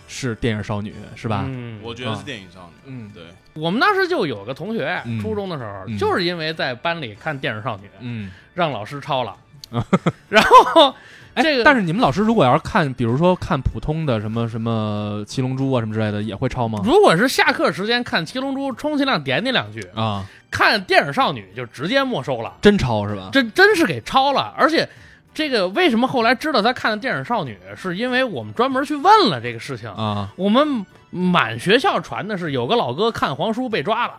Speaker 2: 是《电影少女》，是
Speaker 3: 是
Speaker 2: 吧？
Speaker 4: 我觉得是电影少女。
Speaker 2: 嗯
Speaker 4: 对，
Speaker 3: 我们当时就有个同学
Speaker 2: 嗯，
Speaker 3: 初中的时候、
Speaker 2: 嗯
Speaker 3: 就是因为在班里看《电影少女》
Speaker 2: 嗯，
Speaker 3: 让老师抄了， 然后
Speaker 2: 哎，
Speaker 3: 这个
Speaker 2: 但是你们老师如果要是看，比如说看普通的什么什么《七龙珠》啊什么之类的，也会抄吗？
Speaker 3: 如果是下课时间看《七龙珠》，充其量点你两句；
Speaker 2: 啊，
Speaker 3: 看《电影少女》就直接没收了，
Speaker 2: 真抄是吧？
Speaker 3: 这真是给抄了。而且这个为什么后来知道他看的《电影少女》，是因为我们专门去问了这个事情。
Speaker 2: 啊
Speaker 3: 我们满学校传的是有个老哥看黄书被抓了，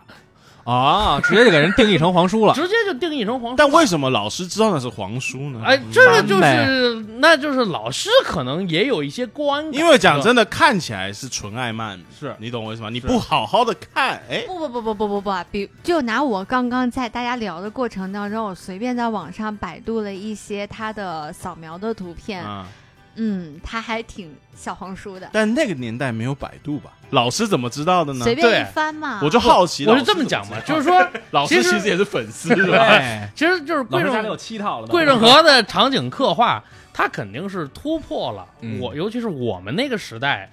Speaker 2: 啊，直接就给人定义成黄书了。
Speaker 3: 直接就定义成黄书。
Speaker 4: 但为什么老师知道那是黄书呢？
Speaker 3: 哎，这个就
Speaker 2: 完
Speaker 3: 是，那就是老师可能也有一些观感，
Speaker 4: 因为讲真的，看起来是纯爱漫，
Speaker 2: 是
Speaker 4: 你懂我意思吗？你不好好的看，哎，
Speaker 1: 不不不不不不不，比就拿我刚刚在大家聊的过程当中，我随便在网上百度了一些他的扫描的图片，
Speaker 4: 啊，
Speaker 1: 嗯，他还挺小红书的，
Speaker 4: 但那个年代没有百度吧？老师怎么知道的呢？
Speaker 1: 随
Speaker 3: 对
Speaker 1: 便一啊翻嘛。
Speaker 4: 我就好奇，
Speaker 3: 我
Speaker 4: 老
Speaker 3: 是
Speaker 4: 师
Speaker 3: 这么
Speaker 4: 怎
Speaker 3: 讲
Speaker 4: 知
Speaker 3: 嘛，
Speaker 4: 道
Speaker 3: 就是说，
Speaker 4: 老师
Speaker 3: 其实
Speaker 4: 其实也是粉丝，是吧？
Speaker 2: 对，
Speaker 3: 其实就是
Speaker 2: 老
Speaker 3: 贵
Speaker 2: 师家
Speaker 3: 重
Speaker 2: 里有七套了都。
Speaker 3: 桂正和的场景刻画，他肯定是突破了
Speaker 2: 嗯
Speaker 3: 我，尤其是我们那个时代，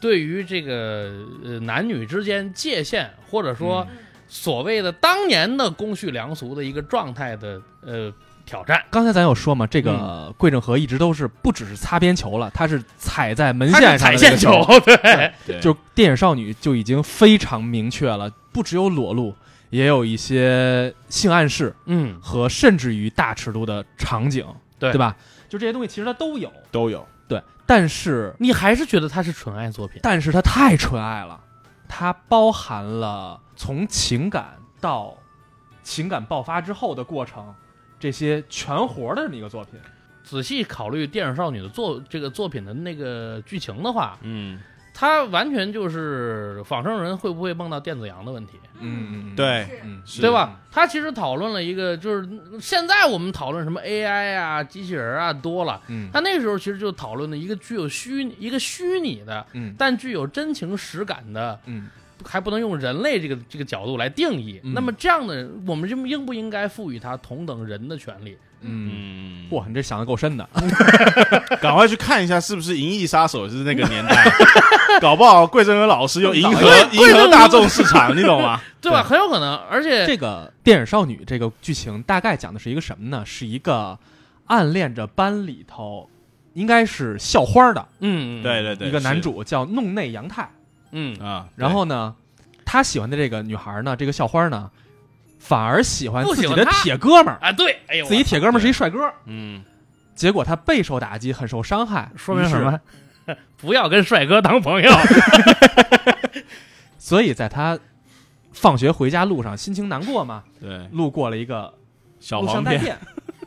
Speaker 3: 对于这个呃男女之间界限，或者说所谓的当年的公序良俗的一个状态的呃挑战。
Speaker 2: 刚才咱有说嘛，这
Speaker 3: 嗯
Speaker 2: 个桂正和一直都是不只是擦边球了，他是踩在门线
Speaker 3: 他
Speaker 2: 上的
Speaker 3: 是踩
Speaker 2: 那个
Speaker 3: 线球，对，
Speaker 4: 对
Speaker 2: 就电影少女就已经非常明确了，不只有裸露，也有一些性暗示
Speaker 3: 嗯，
Speaker 2: 和甚至于大尺度的场景，
Speaker 3: 对
Speaker 2: 吧？就这些东西其实它都有，
Speaker 4: 都有。
Speaker 2: 对。但是，
Speaker 3: 你还是觉得它是纯爱作品，
Speaker 2: 但是它太纯爱了，它包含了从情感到情感爆发之后的过程，这些全活的这么一个作品。
Speaker 3: 仔细考虑《电影少女》的作这个作品的那个剧情的话，
Speaker 4: 嗯，
Speaker 3: 它完全就是仿生人会不会梦到电子羊的问题，
Speaker 2: 嗯嗯，嗯，
Speaker 4: 对，
Speaker 2: 嗯
Speaker 4: 是
Speaker 3: 对吧？它其实讨论了一个，就是现在我们讨论什么 AI 啊、机器人啊多了，
Speaker 2: 嗯
Speaker 3: 它那时候其实就讨论了一个具有虚拟一个虚拟的，
Speaker 2: 嗯
Speaker 3: 但具有真情实感的，
Speaker 2: 嗯
Speaker 3: 还不能用人类这个这个角度来定义。
Speaker 2: 嗯
Speaker 3: 那么这样的人，我们就应不应该赋予它同等人的权利？
Speaker 2: 嗯，
Speaker 4: 嗯，
Speaker 2: 哇，你这想的够深的，
Speaker 4: 赶快去看一下是不是《银翼杀手》是那个年代， 搞不好桂正和老师又迎合
Speaker 3: 对
Speaker 4: 迎合大众市场，你懂吗？
Speaker 3: 对吧？很有可能，而且
Speaker 2: 这个电影少女这个剧情大概讲的是一个什么呢？是一个暗恋着班里头应该是校花的
Speaker 3: 嗯，
Speaker 4: 对对对，
Speaker 2: 一个男
Speaker 4: 是
Speaker 2: 主叫弄内阳太，
Speaker 3: 嗯，
Speaker 4: 啊，
Speaker 2: 然后呢，他喜欢的这个女孩呢，这个校花呢，反而喜欢
Speaker 3: 不
Speaker 2: 自
Speaker 3: 喜
Speaker 2: 己
Speaker 3: 欢
Speaker 2: 的
Speaker 3: 他
Speaker 2: 铁哥们儿，
Speaker 3: 啊，对，哎呦，
Speaker 2: 自己铁哥们儿是一帅哥，
Speaker 4: 嗯，
Speaker 2: 结果他备受打击，很受伤害，
Speaker 3: 说明
Speaker 2: 于是
Speaker 3: 什么？ 不要跟帅哥当朋友。
Speaker 2: 所以在他放学回家路上，心情难过嘛，
Speaker 4: 对，
Speaker 2: 路过了一个
Speaker 4: 小
Speaker 2: 录像
Speaker 4: 黄
Speaker 2: 带
Speaker 4: 片
Speaker 2: 店，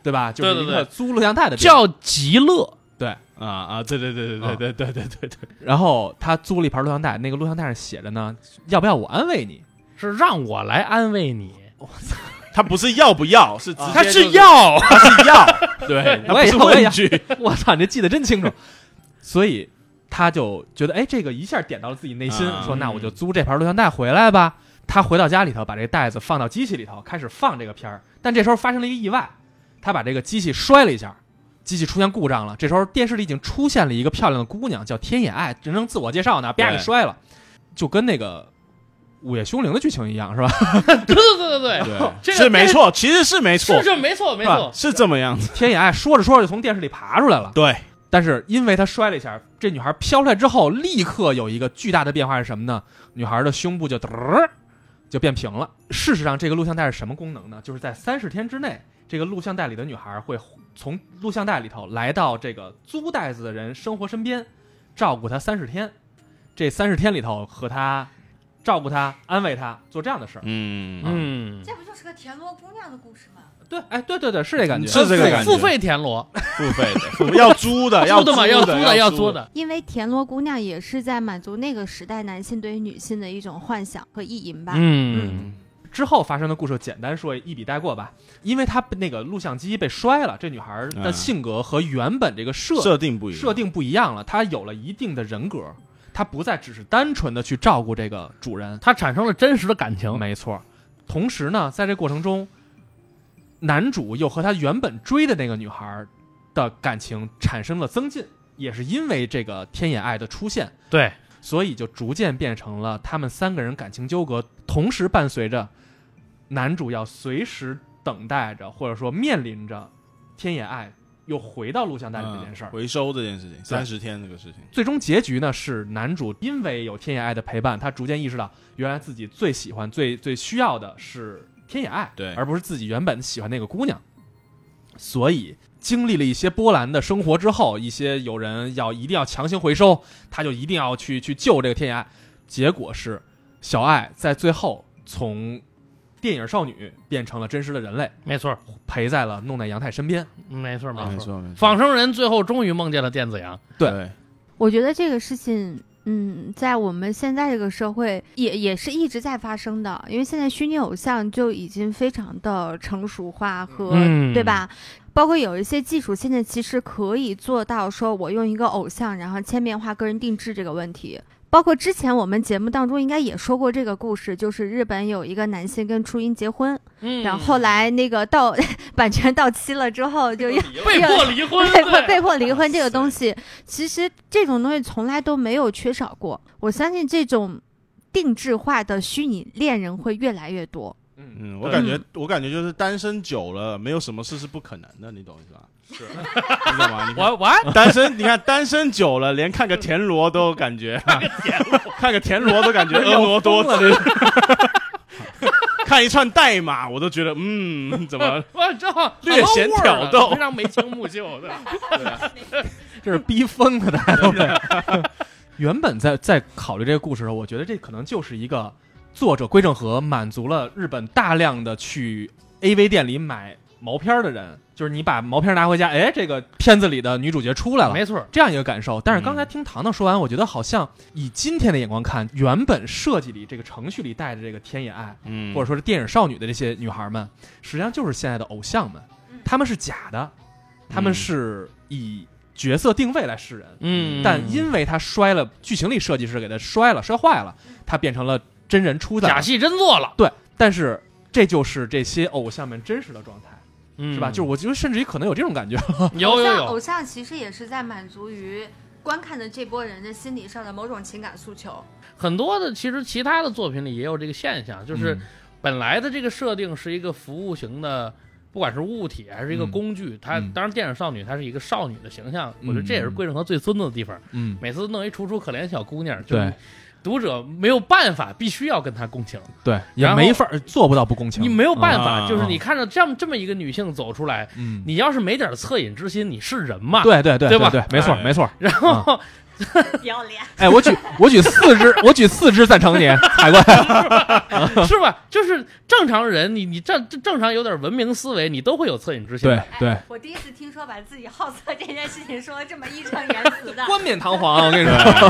Speaker 2: 对吧？就
Speaker 3: 对
Speaker 2: 是
Speaker 3: 对
Speaker 2: 一
Speaker 3: 对
Speaker 2: 个租录像带的店。
Speaker 3: 叫极乐，
Speaker 4: 啊啊，对对对对对对对对对对，
Speaker 2: 然后他租了一盘录像带，那个录像带上写着呢，要不要我安慰你？
Speaker 3: 是让我来安慰你，
Speaker 4: 他不是要不要，是直接
Speaker 3: 他
Speaker 4: 就是
Speaker 3: 要，
Speaker 4: 他是要，对，他
Speaker 2: 啊我
Speaker 4: 不
Speaker 2: 也
Speaker 4: 是
Speaker 2: 要，我也要
Speaker 4: 问句，
Speaker 2: 我操，你这记得真清楚。所以他就觉得，哎，这个一下点到了自己内心，
Speaker 4: 啊
Speaker 2: 说
Speaker 3: 嗯
Speaker 2: 那我就租这盘录像带回来吧。他回到家里头，把这袋子放到机器里头，开始放这个片儿。但这时候发生了一个意外，他把这个机器摔了一下，机器出现故障了。这时候电视里已经出现了一个漂亮的姑娘，叫天野爱，人正自我介绍呢，啪
Speaker 4: 对
Speaker 2: 给摔了，就跟那个《午夜凶铃》的剧情一样，是吧？
Speaker 3: 对对对对对，这
Speaker 4: 对，
Speaker 3: 个
Speaker 4: 是没错，其实是没错
Speaker 3: 是，这没错没错，
Speaker 4: 是这么样子，
Speaker 2: 天野爱说着说着就从电视里爬出来了。
Speaker 4: 对，
Speaker 2: 但是因为她摔了一下，这女孩飘出来之后，立刻有一个巨大的变化是什么呢？女孩的胸部就嘚儿就变平了。事实上，这个录像带是什么功能呢？就是在三十天之内，这个录像带里的女孩会从录像带里头来到这个租袋子的人生活身边，照顾她三十天。这三十天里头和她照顾她、安慰她，做这样的事儿。
Speaker 4: 嗯嗯，
Speaker 3: 嗯，
Speaker 1: 这不就是个田螺姑娘的故事吗？
Speaker 2: 对，哎，对对对，是这感觉，
Speaker 4: 是这个感觉
Speaker 3: 付费田螺，
Speaker 4: 付费的 付费，要 租的，
Speaker 3: 租
Speaker 4: 租
Speaker 3: 的嘛，
Speaker 4: 要
Speaker 3: 租的要租，的，
Speaker 1: 因为田螺姑娘也是在满足那个时代男性对于女性的一种幻想和意淫吧。
Speaker 3: 嗯
Speaker 2: 之后发生的故事简单说一笔带过吧，因为她那个录像机被摔了，这女孩的
Speaker 4: 嗯
Speaker 2: 性格和原本这个设
Speaker 4: 设定不一样，
Speaker 2: 设定不一样了，她有了一定的人格，她不再只是单纯的去照顾这个主人。
Speaker 3: 它产生了真实的感情，
Speaker 2: 没错，同时呢，在这过程中，男主又和他原本追的那个女孩的感情产生了增进，也是因为这个天野爱的出现，
Speaker 3: 对，
Speaker 2: 所以就逐渐变成了他们三个人感情纠葛，同时伴随着男主要随时等待着，或者说面临着天野爱又回到录像带里这件事儿。
Speaker 4: 嗯回收这件事情，三十天这个事情，
Speaker 2: 最终结局呢是男主因为有天野爱的陪伴，他逐渐意识到原来自己最喜欢、最最需要的是天野爱，
Speaker 4: 对
Speaker 2: 而不是自己原本喜欢那个姑娘。所以经历了一些波澜的生活之后，一些有人要一定要强行回收，他就一定要去去救这个天野爱。结果是小爱在最后从电影少女变成了真实的人类，
Speaker 3: 没错
Speaker 2: 陪在了弄在阳太身边。
Speaker 3: 没错没
Speaker 4: 没
Speaker 3: 错，
Speaker 4: 错没错，
Speaker 3: 仿生人最后终于梦见了电子羊，
Speaker 4: 对，
Speaker 1: 我觉得这个事情，嗯，在我们现在这个社会也也是一直在发生的，因为现在虚拟偶像就已经非常的成熟化和、
Speaker 3: 嗯
Speaker 1: 对吧？包括有一些技术，现在其实可以做到，说我用一个偶像，然后千变化、个人定制这个问题。包括之前我们节目当中应该也说过这个故事，就是日本有一个男性跟初音结婚，
Speaker 3: 嗯，
Speaker 1: 然后后来那个到 版权到期了之后就要
Speaker 3: 被迫离婚，
Speaker 1: 被迫
Speaker 3: 对
Speaker 1: 被迫离婚这个东西，其实这种东西从来都没有缺少过。我相信这种定制化的虚拟恋人会越来越多。
Speaker 2: 嗯，
Speaker 4: 嗯，我感觉
Speaker 1: 嗯
Speaker 4: 我感觉就是单身久了，没有什么事是不可能的，你懂意思吧？
Speaker 2: 是
Speaker 4: 你懂吗？你看
Speaker 3: 我我
Speaker 4: 单身，你看单身久了，连看个田螺都有感觉， 看个田螺都感觉婀娜多姿。 看一串代码，我都觉得，嗯，怎么？
Speaker 3: 我知道
Speaker 4: 略显挑逗
Speaker 3: 啊非常眉清目秀的，
Speaker 2: 这是逼疯了大家都是。 原本在在考虑这个故事的时候，我觉得这可能就是一个作者归正和满足了日本大量的去 AV 店里买毛片儿的人，就是你把毛片儿拿回家，哎，这个片子里的女主角出来了，
Speaker 3: 没错儿，
Speaker 2: 这样一个感受。但是刚才听糖糖说完，我觉得好像以今天的眼光看，原本设计里这个程序里带着这个天野爱，
Speaker 4: 嗯，
Speaker 2: 或者说是电影少女的这些女孩们，实际上就是现在的偶像们
Speaker 1: 嗯，
Speaker 2: 她们是假的，她们是以角色定位来示人，
Speaker 3: 嗯，
Speaker 2: 但因为她摔了，剧情里设计师给她摔了，摔坏了，她变成了真人出的
Speaker 3: 假戏真做了，
Speaker 2: 对，但是这就是这些偶像们真实的状态，
Speaker 3: 嗯
Speaker 2: 是吧？就是我觉得甚至于可能有这种 感觉，
Speaker 3: 有有
Speaker 1: 像
Speaker 3: 有
Speaker 1: 偶，像其实也是在满足于观看的这波人的心理上的某种情感诉求。
Speaker 3: 很多的其实其他的作品里也有这个现象，就是本来的这个设定是一个服务型的，不管是物体还是一个
Speaker 2: 嗯
Speaker 3: 工具，它
Speaker 2: 嗯
Speaker 3: 当然电影少女她是一个少女的形象，
Speaker 2: 嗯
Speaker 3: 我觉得这也是桂正和最孙子的地方，
Speaker 2: 嗯，
Speaker 3: 每次弄一楚楚可怜小姑娘，就
Speaker 2: 对
Speaker 3: 是读者没有办法，必须要跟她共情，
Speaker 2: 对，也
Speaker 3: 然后
Speaker 2: 没法儿做不到不共情，
Speaker 3: 你没有办法，
Speaker 4: 啊
Speaker 3: 就是你看着这样这么一个女性走出来，
Speaker 2: 嗯，
Speaker 3: 你要是没点恻隐之心，你是人吗？，
Speaker 2: 对对对
Speaker 3: 对吧
Speaker 2: 对，没错
Speaker 4: 哎
Speaker 2: 没错。
Speaker 3: 然后
Speaker 1: 不要脸，
Speaker 2: 哎，我举我举四只，我举四只赞成你，海怪。
Speaker 3: 是吧？就是正常人，你你正正常有点文明思维，你都会有恻隐之心的。
Speaker 2: 对对，
Speaker 1: 哎我第一次听说把自己好色这件事情说的这么义正言辞的
Speaker 2: 冠冕堂皇，我跟你说，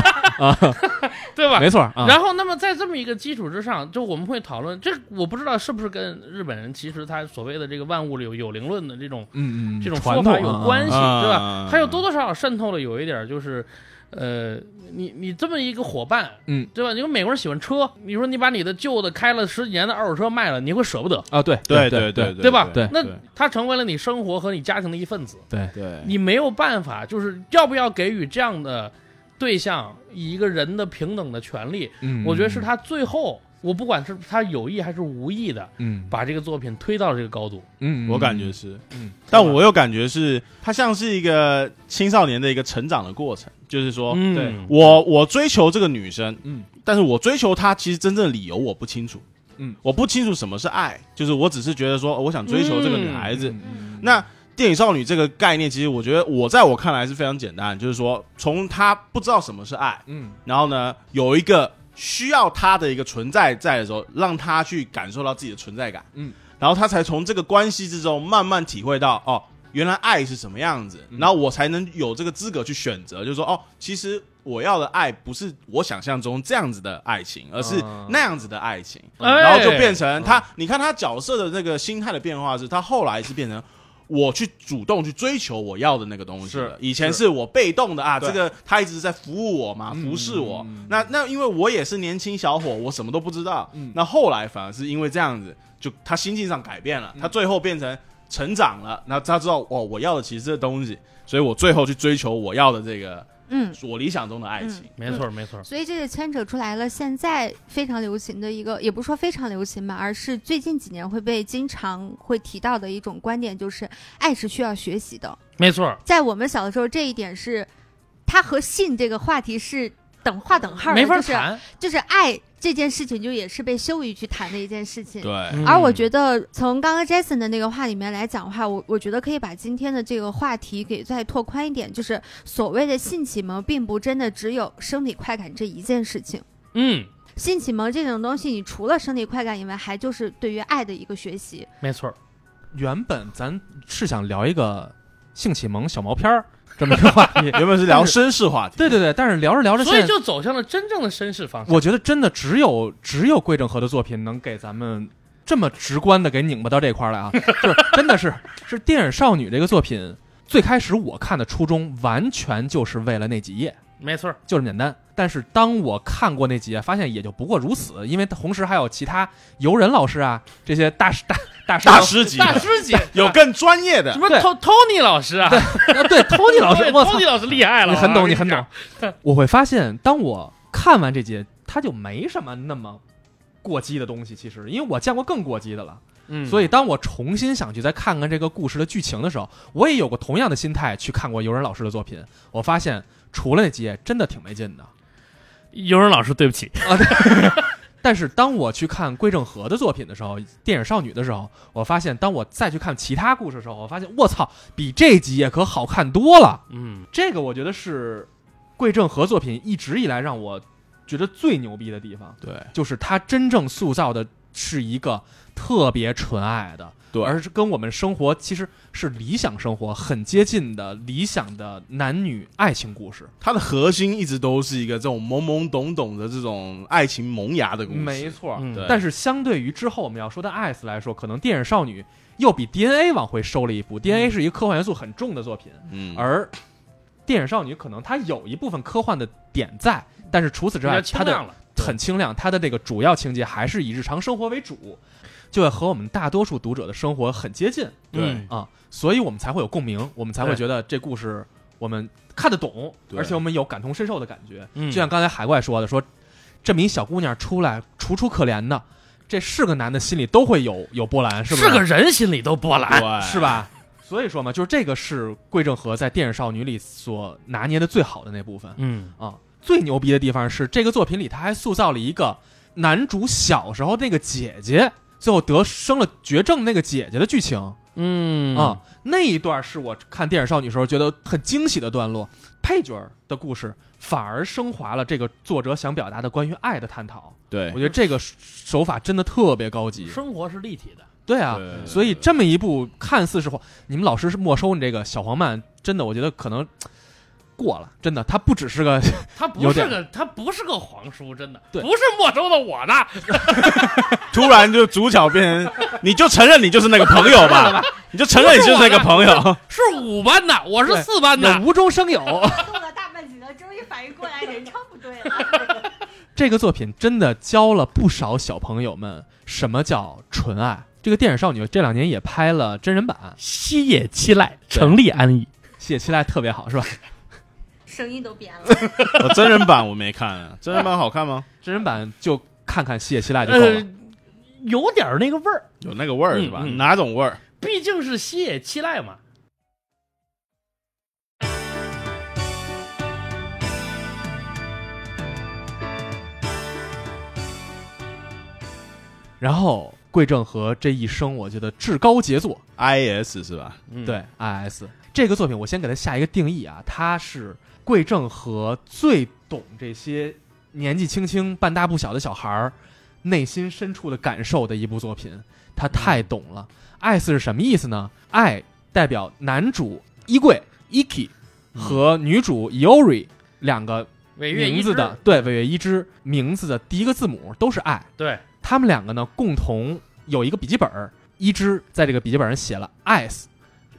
Speaker 3: 对 吧？
Speaker 2: 没错啊。
Speaker 3: 然后，那么在这么一个基础之上，就我们会讨论这，我不知道是不是跟日本人其实他所谓的这个万物有有灵论的这种
Speaker 2: 嗯嗯，
Speaker 3: 这种
Speaker 2: 传
Speaker 3: 说
Speaker 2: 统
Speaker 3: 法
Speaker 2: 啊
Speaker 3: 有关系，
Speaker 4: 啊
Speaker 3: 对吧
Speaker 4: 啊？
Speaker 3: 他又多多少少渗透了有一点儿就是，呃，你你这么一个伙伴，
Speaker 2: 嗯，
Speaker 3: 对吧？因为美国人喜欢车，你说你把你的旧的开了十几年的二手车卖了，你会舍不得，
Speaker 2: 啊，对
Speaker 4: 对
Speaker 2: 对
Speaker 4: 对对
Speaker 2: 对
Speaker 4: 对
Speaker 3: 吧？
Speaker 2: 对
Speaker 3: 那他成为了你生活和你家庭的一份子，
Speaker 2: 对，
Speaker 4: 对，
Speaker 3: 你没有办法，就是要不要给予这样的对象以一个人的平等的权利？
Speaker 2: 嗯，
Speaker 3: 我觉得是，他最后，我不管是他有意还是无意的，
Speaker 2: 嗯
Speaker 3: 把这个作品推到这个高度。
Speaker 2: 嗯，
Speaker 4: 我感觉是，
Speaker 2: 嗯
Speaker 4: 但我又感觉是，它像是一个青少年的一个成长的过程，就是说，
Speaker 3: 嗯
Speaker 2: 哦对
Speaker 4: 我我追求这个女生，
Speaker 2: 嗯
Speaker 4: 但是我追求她其实真正的理由我不清楚，
Speaker 2: 嗯，
Speaker 4: 我不清楚什么是爱，就是我只是觉得说哦我想追求这个女孩子。
Speaker 2: 嗯
Speaker 4: 那电影少女这个概念，其实我觉得我在我看来是非常简单，就是说从她不知道什么是爱，
Speaker 2: 嗯
Speaker 4: 然后呢有一个需要她的一个存在在的时候，让她去感受到自己的存在感，
Speaker 2: 嗯，
Speaker 4: 然后她才从这个关系之中慢慢体会到哦。原来爱是什么样子，
Speaker 2: 嗯
Speaker 4: 然后我才能有这个资格去选择，就是说，哦，其实我要的爱不是我想象中这样子的爱情，而是
Speaker 2: 啊
Speaker 4: 那样子的爱情。
Speaker 3: 哎
Speaker 4: 然后就变成他，你看他角色的那个心态的变化是，他后来是变成我去主动去追求我要的那个东西了
Speaker 2: 是
Speaker 4: 以前是我被动的啊，
Speaker 2: 对
Speaker 4: 这个他一直在服务我嘛，
Speaker 2: 嗯
Speaker 4: 服侍我
Speaker 2: 嗯。
Speaker 4: 那那因为我也是年轻小伙，我什么都不知道
Speaker 2: 嗯。
Speaker 4: 那后来反而是因为这样子，就他心境上改变
Speaker 2: 嗯
Speaker 4: 了，他最后变成成长了，那他知道哦，我要的其实是这东西，所以我最后去追求我要的这个
Speaker 1: 嗯，
Speaker 4: 我理想中的爱情。
Speaker 3: 没错，没错。
Speaker 2: 嗯
Speaker 1: 所以这就牵扯出来了，现在非常流行的一个，也不是说非常流行吧，而是最近几年会被经常会提到的一种观点，就是爱是需要学习的。
Speaker 3: 没错，
Speaker 1: 在我们小的时候，这一点是，它和性这个话题是等划等号的，
Speaker 3: 没法
Speaker 1: 就是啊
Speaker 3: 谈。
Speaker 1: 就是爱这件事情，就也是被羞于去谈的一件事情。
Speaker 4: 对，
Speaker 3: 嗯
Speaker 1: 而我觉得，从刚刚 Jason 的那个话里面来讲的话，我我觉得可以把今天的这个话题给再拓宽一点，就是所谓的性启蒙，并不真的只有生理快感这一件事情。
Speaker 3: 嗯，
Speaker 1: 性启蒙这种东西，你除了生理快感以外，还就是对于爱的一个学习。
Speaker 3: 没错，
Speaker 2: 原本咱是想聊一个性启蒙小毛片儿 这么一个话题，
Speaker 4: 原本是聊
Speaker 2: 但是
Speaker 4: 绅士话题，
Speaker 2: 对对对，但是聊着聊着，
Speaker 3: 所
Speaker 2: 现
Speaker 3: 以
Speaker 2: 在
Speaker 3: 就走向了真正的绅士方向。
Speaker 2: 我觉得真的只有只有桂正和的作品能给咱们这么直观的给拧巴到这块儿来啊，就是真的是是电影少女这个作品。最开始我看的初衷完全就是为了那几页，
Speaker 3: 没错，
Speaker 2: 就这么简单。但是当我看过那几页，发现也就不过如此，因为同时还有其他游人老师啊这些大师大大师
Speaker 4: 大师级的
Speaker 3: 大师姐
Speaker 4: 有更专业的
Speaker 3: 什。么
Speaker 2: 对
Speaker 3: To- Tony 老师啊，
Speaker 2: 啊对 Tony 老师，
Speaker 3: 对
Speaker 2: 我操，
Speaker 3: ，Tony 老师厉害了，啊
Speaker 2: 你很
Speaker 3: 我
Speaker 2: 懂，你
Speaker 3: 跟
Speaker 2: 很
Speaker 3: 你
Speaker 2: 懂。我会发现，当我看完这节，它就没什么那么过激的东西。其实，因为我见过更过激的了，
Speaker 3: 嗯，
Speaker 2: 所以当我重新想去再看看这个故事的剧情的时候，我也有过同样的心态去看过游人老师的作品。我发现，除了那几页，真的挺没劲的。
Speaker 3: 尤仁老师，对不起，
Speaker 2: 啊 但是当我去看归正和的作品的时候，电影少女的时候，我发现，当我再去看其他故事的时候，我发现，我操，比这几页可好看多了。
Speaker 3: 嗯，
Speaker 2: 这个我觉得是桂正和作品一直以来让我觉得最牛逼的地方，
Speaker 4: 对，
Speaker 2: 就是他真正塑造的是一个特别纯爱的，
Speaker 4: 对
Speaker 2: 而是跟我们生活其实是理想生活很接近的理想的男女爱情故事。
Speaker 4: 它的核心一直都是一个这种懵懵懂懂的这种爱情萌芽的故事。
Speaker 2: 没错，
Speaker 3: 嗯
Speaker 4: 对
Speaker 2: 但是相对于之后我们要说的《爱死》来说，可能电影《少女》又比 DNA 往回收了一步。DNA
Speaker 3: 嗯
Speaker 2: 是一个科幻元素很重的作品，
Speaker 4: 嗯，
Speaker 2: 而电影《少女》可能它有一部分科幻的点在，但是除此之
Speaker 3: 比较
Speaker 2: 外，
Speaker 3: 清
Speaker 2: 它的
Speaker 3: 亮了，
Speaker 2: 很清亮，它的这个主要情节还是以日常生活为主，就会和我们大多数读者的生活很接近
Speaker 4: 对，
Speaker 2: 啊，所以我们才会有共鸣，我们才会
Speaker 3: 对
Speaker 2: 觉得这故事我们看得懂，
Speaker 4: 对
Speaker 2: 而且我们有感同身受的感觉。
Speaker 3: 嗯
Speaker 2: 就像刚才海怪说的，说这么一小姑娘出来楚楚可怜的，这是个男的心里都会有有波澜，是不哎
Speaker 3: 是个人心里都波澜，
Speaker 4: 对，
Speaker 2: 是？吧？所以说嘛，就是这个是桂正和在电影《少女》里所拿捏的最好的那部分。
Speaker 3: 嗯
Speaker 2: 啊，最牛逼的地方是这个作品里，他还塑造了一个男主小时候那个姐姐，最后得生了绝症那个姐姐的剧情啊、
Speaker 3: 嗯，
Speaker 2: 那一段是我看电影少女时候觉得很惊喜的段落。配角儿的故事反而升华了这个作者想表达的关于爱的探讨，
Speaker 4: 对
Speaker 2: 我，觉得这个手法真的特别高级。
Speaker 3: 生哎活是立体的，
Speaker 2: 对啊，
Speaker 4: 对
Speaker 2: 所以这么一部看似是黄，你们老师是没收你这个小黄漫，真的我觉得可能过了，真的，它不只 是个
Speaker 3: 它不
Speaker 2: 有
Speaker 3: 是
Speaker 2: 点
Speaker 3: 个它不是个皇叔，真的
Speaker 2: 对
Speaker 3: 不是没收的我呢，
Speaker 4: 突然就主角变成，你就承认你就是那个朋友 吧，你就承认你就是那个朋友。
Speaker 3: 是五班的，我是
Speaker 2: 对
Speaker 3: 四班
Speaker 2: 有
Speaker 3: 的，
Speaker 2: 无中生有。
Speaker 5: 做了大半集了，终于反应过来人称不对了。
Speaker 2: 这个作品真的教了不少小朋友们什么叫纯爱。这个电影少女这两年也拍了真人版，
Speaker 3: 西野七濑
Speaker 2: 成
Speaker 3: 立安逸，
Speaker 2: 谢期待特别好，是 吧？
Speaker 5: 声音都变了，
Speaker 4: 我哦真人版我没看，啊真人版好看吗？
Speaker 2: 真人版就看看谢期待就够了。
Speaker 3: 呃，有点儿那个味儿，
Speaker 4: 有那个味儿是吧？
Speaker 3: 嗯嗯
Speaker 4: 哪种味儿？
Speaker 3: 毕竟是西野七濑嘛。
Speaker 2: 然后桂正和这一生，我觉得至高杰作，
Speaker 4: IS 是吧？
Speaker 3: 嗯
Speaker 2: 对 IS 这个作品，我先给它下一个定义啊，它是桂正和最懂这些年纪轻轻、半大不小的小孩儿内心深处的感受的一部作品，他太懂了。
Speaker 3: 嗯
Speaker 2: 爱是什么意思呢？爱代表男主衣柜 Iki
Speaker 3: 嗯
Speaker 2: 和女主 Yori 两个
Speaker 3: 尾乐一
Speaker 2: 名字
Speaker 3: 致
Speaker 2: 的，对尾月一枝名字的第一个字母都是爱，
Speaker 3: 对，
Speaker 2: 他们两个呢共同有一个笔记本儿，一只在这个笔记本上写了 “ice”，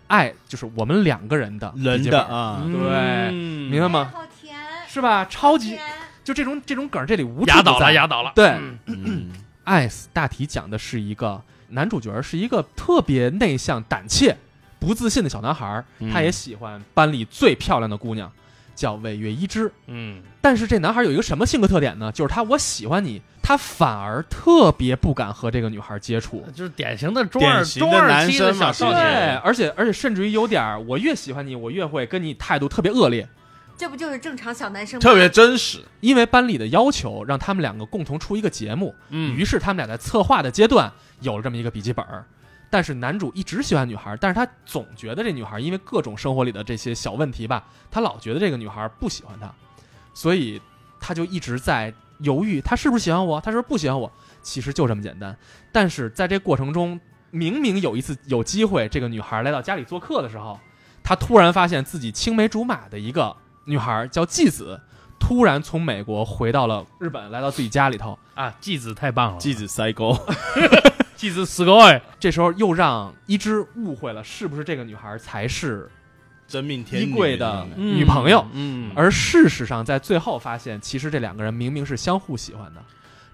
Speaker 2: 爱就是我们两个人的
Speaker 4: 人
Speaker 2: 笔记
Speaker 4: 的
Speaker 2: 本儿，
Speaker 4: 啊，
Speaker 3: 嗯
Speaker 2: 对明白
Speaker 5: 哎
Speaker 2: 吗？
Speaker 5: 好甜，
Speaker 2: 是吧？超级
Speaker 5: 甜
Speaker 2: 就这种这种梗儿，这里无处
Speaker 3: 压
Speaker 2: 不
Speaker 3: 倒了，
Speaker 2: 在。
Speaker 3: 压倒了。
Speaker 2: 对
Speaker 3: 嗯
Speaker 4: 嗯
Speaker 2: ice 大体讲的是一个男主角儿是一个特别内向、胆怯、不自信的小男孩儿，
Speaker 4: 嗯
Speaker 2: 他也喜欢班里最漂亮的姑娘，叫尾月一枝。
Speaker 3: 嗯，
Speaker 2: 但是这男孩有一个什么性格特点呢？就是他我喜欢你，他反而特别不敢和这个女孩接触。
Speaker 3: 就是典型的中
Speaker 4: 典
Speaker 3: 二
Speaker 4: 型
Speaker 3: 中
Speaker 4: 的
Speaker 3: 二
Speaker 4: 男
Speaker 3: 期的
Speaker 4: 生嘛
Speaker 3: 小少
Speaker 4: 其
Speaker 3: 年
Speaker 4: 实。
Speaker 2: 呃对，而且而且甚至于有点儿，我越喜欢你，我越会跟你态度特别恶劣，
Speaker 5: 这不就是正常小男生吗？
Speaker 4: 特别真实。
Speaker 2: 因为班里的要求让他们两个共同出一个节目，
Speaker 3: 嗯
Speaker 2: 于是他们俩在策划的阶段有了这么一个笔记本儿。但是男主一直喜欢女孩儿，但是他总觉得这女孩儿因为各种生活里的这些小问题吧，他老觉得这个女孩儿不喜欢他，所以他就一直在犹豫，他是不是喜欢我，他是不是不喜欢我，其实就这么简单。但是在这过程中，明明有一次有机会，这个女孩来到家里做客的时候，他突然发现自己青梅竹马的一个女孩叫纪子，突然从美国回到了日本，来到自己家里头。
Speaker 3: 啊，继子太棒了，
Speaker 4: 继子塞沟，
Speaker 3: 继子 sky，
Speaker 2: 这时候又让一枝误会了，是不是这个女孩才是
Speaker 4: 真命天
Speaker 2: 衣
Speaker 4: 女
Speaker 2: 柜的
Speaker 4: 那种
Speaker 2: 女朋友？
Speaker 3: 嗯，
Speaker 2: 而事实上，在最后发现，其实这两个人明明是相互喜欢的，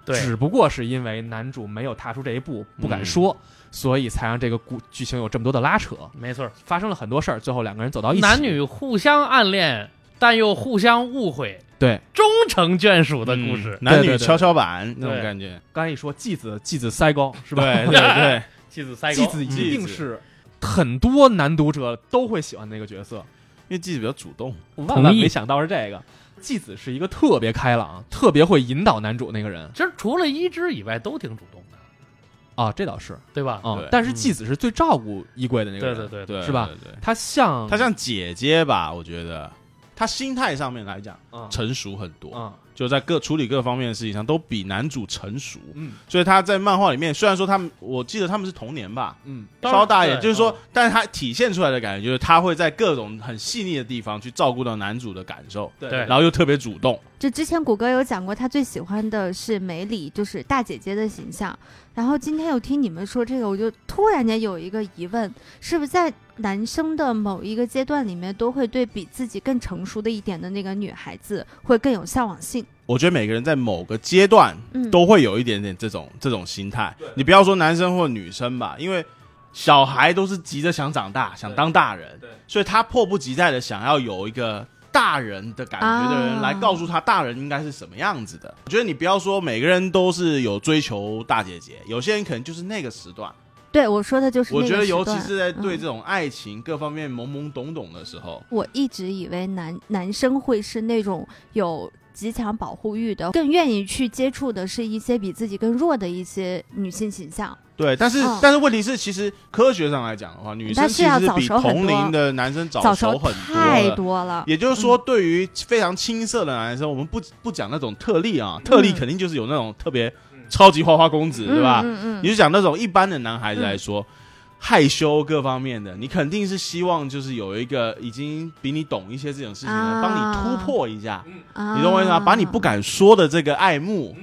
Speaker 3: 对，
Speaker 2: 只不过是因为男主没有踏出这一步，不敢说，所以才让这个故剧情有这么多的拉扯。
Speaker 3: 没错儿，
Speaker 2: 发生了很多事儿，最后两个人走哦到一起，
Speaker 3: 男女互相暗恋，但又互相误会，
Speaker 2: 对。
Speaker 3: 终成眷属的
Speaker 4: 嗯
Speaker 3: 故事。
Speaker 4: 男
Speaker 2: 对
Speaker 4: 女
Speaker 2: 对对
Speaker 4: 跷跷板那
Speaker 3: 对
Speaker 4: 种感觉，
Speaker 2: 刚才一说继子，继子腮高是吧？
Speaker 4: 对对
Speaker 3: 继子塞
Speaker 2: 继
Speaker 3: 高，
Speaker 2: 子
Speaker 4: 嗯
Speaker 2: 一定是很多男读者都会喜欢的那个角色。
Speaker 4: 因为继子比较主动，
Speaker 2: 我万万
Speaker 3: 同意
Speaker 2: 没想到是这个，继子是一个特别开朗、特别会引导男主那个人
Speaker 3: 其实除了一枝以外，都挺主动的，
Speaker 2: 啊，这倒是
Speaker 3: 对吧？
Speaker 2: 啊
Speaker 4: 对。
Speaker 2: 但是
Speaker 3: 嗯
Speaker 2: 继子是最照顾衣柜的那个
Speaker 3: 对
Speaker 2: 人，
Speaker 3: 对对
Speaker 4: 对，
Speaker 2: 是吧
Speaker 4: 对？对
Speaker 2: 他像
Speaker 4: 她像姐姐吧，我觉得她心态上面来讲
Speaker 2: 嗯
Speaker 4: 成熟很多，
Speaker 3: 啊
Speaker 2: 嗯，
Speaker 4: 就在各处理各方面的事情上都比男主成熟。
Speaker 2: 嗯
Speaker 4: 所以他在漫画里面，虽然说他们，我记得他们是童年吧，
Speaker 2: 嗯，
Speaker 3: 当然
Speaker 4: 稍大一点，
Speaker 3: 对
Speaker 4: 就是说
Speaker 3: 嗯，
Speaker 4: 但是他体现出来的感觉就是他会在各种很细腻的地方去照顾到男主的感受，
Speaker 2: 对
Speaker 3: 对
Speaker 4: 然后又特别主动。
Speaker 1: 就之前谷歌有讲过，他最喜欢的是梅里，就是大姐姐的形象。然后今天又听你们说这个，我就突然间有一个疑问：是不是在男生的某一个阶段里面，都会对比自己更成熟的一点的那个女孩子会更有向往性？
Speaker 4: 我觉得每个人在某个阶段
Speaker 1: 嗯，
Speaker 4: 都会有一点点这种这种心态。你不要说男生或女生吧，因为小孩都是急着想长大，想当大人，所以他迫不及待的想要有一个大人的感觉的人
Speaker 1: 啊
Speaker 4: 来告诉他大人应该是什么样子的。我觉得你不要说每个人都是有追求大姐姐，有些人可能就是那个时段。
Speaker 1: 对我说的就是那
Speaker 4: 我
Speaker 1: 个
Speaker 4: 觉得尤其
Speaker 1: 时段
Speaker 4: 是在对
Speaker 1: 嗯
Speaker 4: 这种爱情各方面懵懵懂懂的时候，
Speaker 1: 我一直以为男男生会是那种有极强保护欲的，更愿意去接触的是一些比自己更弱的一些女性形象。
Speaker 4: 对，但是、
Speaker 1: 嗯
Speaker 4: 但是问题是，其实科学上来讲的话，女生
Speaker 1: 但是
Speaker 4: 其实
Speaker 1: 要
Speaker 4: 是
Speaker 1: 早
Speaker 4: 比
Speaker 1: 熟很
Speaker 4: 同
Speaker 1: 多
Speaker 4: 龄的男生早
Speaker 1: 早
Speaker 4: 熟
Speaker 1: 熟
Speaker 4: 很
Speaker 1: 太
Speaker 4: 的
Speaker 1: 多了，
Speaker 4: 也就是说，对于非常青涩的男生，我们不不讲那种特例
Speaker 2: 嗯
Speaker 4: 啊，特例肯定就是有那种特别超级花花公子，对吧？
Speaker 1: 嗯嗯嗯，
Speaker 4: 你就讲那种一般的男孩子来说，害羞各方面的，你肯定是希望就是有一个已经比你懂一些这种事情的，
Speaker 1: 啊
Speaker 4: 帮你突破一下，
Speaker 2: 嗯
Speaker 1: 啊
Speaker 4: 你懂我意思吗？把你不敢说的这个爱慕，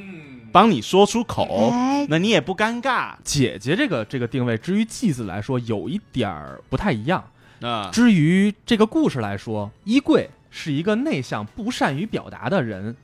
Speaker 4: 帮你说出
Speaker 3: 啊
Speaker 4: 口，
Speaker 2: 嗯
Speaker 1: 哎，
Speaker 4: 那你也不尴尬。
Speaker 2: 姐姐这个这个定位，至于继子来说，有一点儿不太一样。
Speaker 4: 那
Speaker 2: 至于这个故事来说，衣柜是一个内向、不善于表达的人，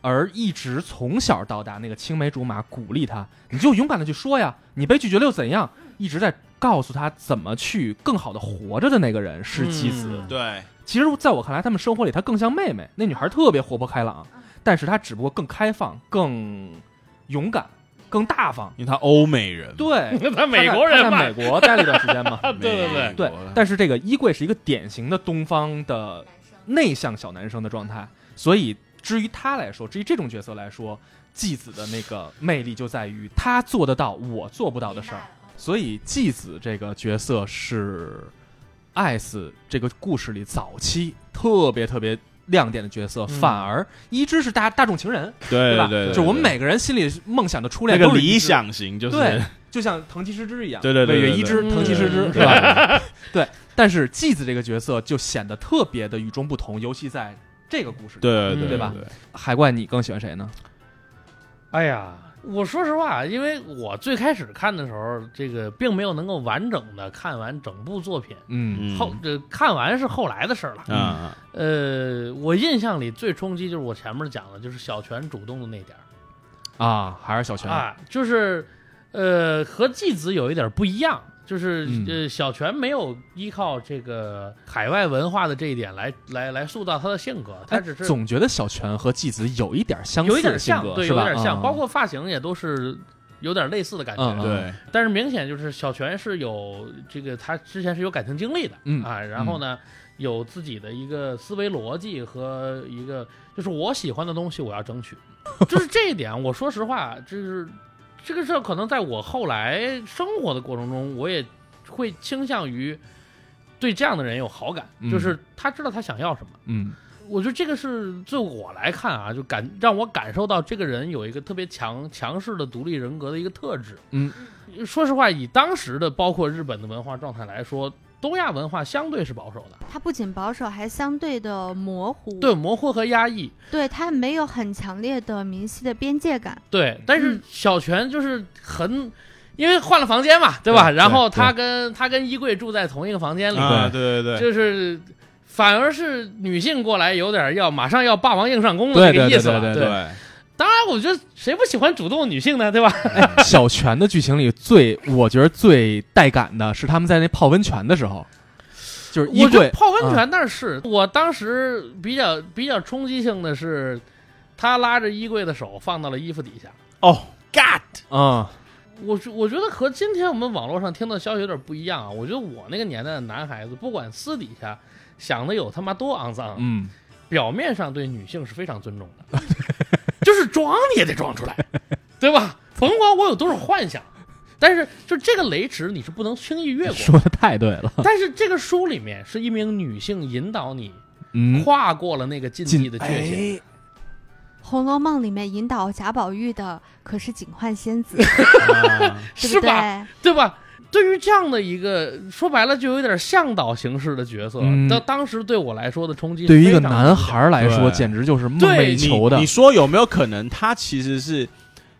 Speaker 2: 而一直从小到大，那个青梅竹马鼓励他，你就勇敢的去说呀，你被拒绝了又怎样？一直在告诉他怎么去更好的活着的那个人是继子。
Speaker 3: 嗯
Speaker 4: 对，
Speaker 2: 其实，在我看来，他们生活里她更像妹妹，那女孩特别活泼开朗，但是她只不过更开放、更勇敢、更大方。
Speaker 4: 因为他欧美人，
Speaker 2: 对，
Speaker 3: 嗯他 美国
Speaker 2: 她
Speaker 3: 人
Speaker 2: 在
Speaker 3: 嘛
Speaker 2: 美，国待了一段时间 嘛。
Speaker 3: 对对对，
Speaker 2: 对，但是这个衣柜是一个典型的东方的内向小男生的状态，所以至于他来说，至于这种角色来说，纪子的那个魅力就在于他做得到我做不到的事儿。所以纪子这个角色是艾斯这个故事里早期特别特别亮点的角色，
Speaker 3: 嗯
Speaker 2: 反而一之是大大众情人，
Speaker 4: 对
Speaker 2: 吧？
Speaker 4: 对，
Speaker 2: 就我们每个人心里梦想的初
Speaker 4: 那
Speaker 2: 恋
Speaker 4: 个
Speaker 2: 都是一
Speaker 4: 理
Speaker 2: 之
Speaker 4: 想型就是
Speaker 2: 对，就像藤崎诗织一样，
Speaker 4: 对对对
Speaker 2: 尾
Speaker 4: 对
Speaker 2: 月一
Speaker 4: 对
Speaker 2: 之、
Speaker 3: 对
Speaker 2: 藤崎诗织
Speaker 3: 嗯
Speaker 2: 是 吧？对，但是纪子这个角色就显得特别的与众不同，尤其在这个故事里。
Speaker 4: 对
Speaker 3: 嗯
Speaker 4: 对
Speaker 2: 对吧？海怪，你更喜欢谁呢？
Speaker 3: 哎呀，我说实话，因为我最开始看的时候，这个并没有能够完整的看完整部作品。
Speaker 2: 嗯，
Speaker 4: 嗯
Speaker 3: 后这、看完是后来的事儿了。
Speaker 4: 啊，
Speaker 3: 呃，我印象里最冲击就是我前面讲的，就是小泉主动的那点儿
Speaker 2: 啊，还是小泉。
Speaker 3: 啊，就是呃和继子有一点不一样，就是、
Speaker 2: 嗯
Speaker 3: 呃小泉没有依靠这个海外文化的这一点来来来塑造他的性格，他
Speaker 2: 哎
Speaker 3: 只是
Speaker 2: 总觉得小泉和纪子有一点相似
Speaker 3: 有一
Speaker 2: 的
Speaker 3: 点
Speaker 2: 性
Speaker 3: 像，
Speaker 2: 格，
Speaker 3: 对，
Speaker 2: 是
Speaker 3: 有
Speaker 2: 吧？
Speaker 3: 点像，
Speaker 2: 嗯
Speaker 3: 包括发型也都是有点类似的感觉。啊
Speaker 2: 嗯嗯
Speaker 4: 对，
Speaker 3: 但是明显就是小泉是有这个，他之前是有感情经历的，
Speaker 2: 嗯
Speaker 3: 啊，然后呢，有自己的一个思维逻辑和一个就是我喜欢的东西，我要争取， 就是这一点。我说实话，就是这个事儿，可能在我后来生活的过程中，我也会倾向于对这样的人有好感，
Speaker 2: 嗯
Speaker 3: 就是他知道他想要什么。
Speaker 2: 嗯
Speaker 3: 我觉得这个是就我来看啊，就感让我感受到这个人有一个特别强强势的独立人格的一个特质。
Speaker 2: 嗯，
Speaker 3: 说实话，以当时的包括日本的文化状态来说，东亚文化相对是保守的，
Speaker 1: 他不仅保守，还相对的模糊，
Speaker 3: 对模糊和压抑，
Speaker 1: 对，他没有很强烈的明晰的边界感。
Speaker 3: 对。但是
Speaker 1: 嗯
Speaker 3: 小泉就是很。因为换了房间嘛，对吧？
Speaker 2: 对
Speaker 3: 然后
Speaker 2: 对
Speaker 3: 他跟他跟衣柜住在同一个房
Speaker 2: 嗯
Speaker 3: 间里，
Speaker 4: 啊，对对对，
Speaker 3: 就是反而是女性过来有点要马上要霸王硬上弓的
Speaker 2: 对
Speaker 3: 这个
Speaker 2: 对
Speaker 3: 意思了。
Speaker 2: 对对
Speaker 3: 对，当然我觉得谁不喜欢主动的女性呢，对吧？
Speaker 2: 哎小泉的剧情里最，我觉得最带感的是他们在那泡温泉的时候，就是衣
Speaker 3: 我觉
Speaker 2: 柜
Speaker 3: 得
Speaker 2: 啊
Speaker 3: 泡温泉那是、我当时比较比较冲击性的是，他拉着衣柜的手放到了衣服底下。
Speaker 4: 哦，God，
Speaker 2: 啊，
Speaker 3: 我觉我觉得和今天我们网络上听到的消息有点不一样啊。我觉得我那个年代的男孩子，不管私底下想的有他妈多肮脏，
Speaker 2: 嗯
Speaker 3: 表面上对女性是非常尊重的， 就是装你也得装出来，对吧？甭管我有多少幻想，但是就这个雷池你是不能轻易越
Speaker 2: 嗯，
Speaker 3: 过的。
Speaker 2: 说的太对了，
Speaker 3: 但是这个书里面是一名女性引导你
Speaker 2: 嗯，
Speaker 3: 跨过了那个禁忌的界限，
Speaker 2: 哎
Speaker 1: 红楼梦》里面引导贾宝玉的可是警幻仙 子，
Speaker 4: 啊
Speaker 1: 对
Speaker 3: 是
Speaker 1: 不对？
Speaker 3: 吧？对吧？对于这样的一个说白了就有点向导形式的角色
Speaker 2: 嗯，
Speaker 3: 到当时对我来说的冲击，
Speaker 2: 对于一个男孩，儿来说，
Speaker 4: 对
Speaker 2: 简直就是梦
Speaker 3: 对
Speaker 2: 寐以求的
Speaker 4: 你。你。说有没有可能，他其实是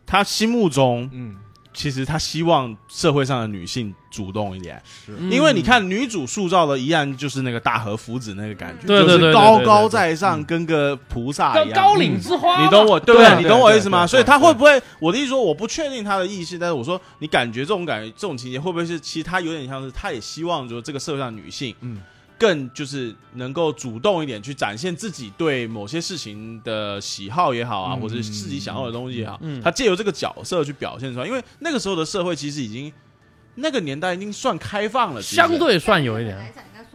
Speaker 4: 他心目中，
Speaker 2: 嗯，
Speaker 4: 其实他希望社会上的女性主动一点，
Speaker 2: 是
Speaker 3: 嗯
Speaker 4: 因为你，看女主塑造的一样就是那个大和福子那个感觉，
Speaker 3: 对对对
Speaker 4: 就是
Speaker 3: 对
Speaker 4: 高
Speaker 3: 对对
Speaker 4: 高
Speaker 3: 对
Speaker 4: 在上，跟个菩萨
Speaker 3: 高
Speaker 4: 一样。
Speaker 3: 高岭之花嘛，
Speaker 4: 你懂我对不
Speaker 2: 对
Speaker 4: 对？你懂我意思
Speaker 2: 对对
Speaker 4: 吗？
Speaker 2: 对
Speaker 4: 所以他会不会？我的意思说，我不确定他的意思，但是我说，你感觉这种感觉，这种情节会不会是，其实他有点像是，他也希望说这个社会上女性，
Speaker 2: 嗯
Speaker 4: 嗯，更就是能够主动一点去展现自己对某些事情的喜好也好啊，
Speaker 2: 嗯
Speaker 4: 或者是自己想要的东西也好，
Speaker 3: 嗯
Speaker 4: 他借由这个角色去表现出来，因为那个时候的社会其实已经，那个年代已经算开放了，其实
Speaker 3: 相。对算有一点，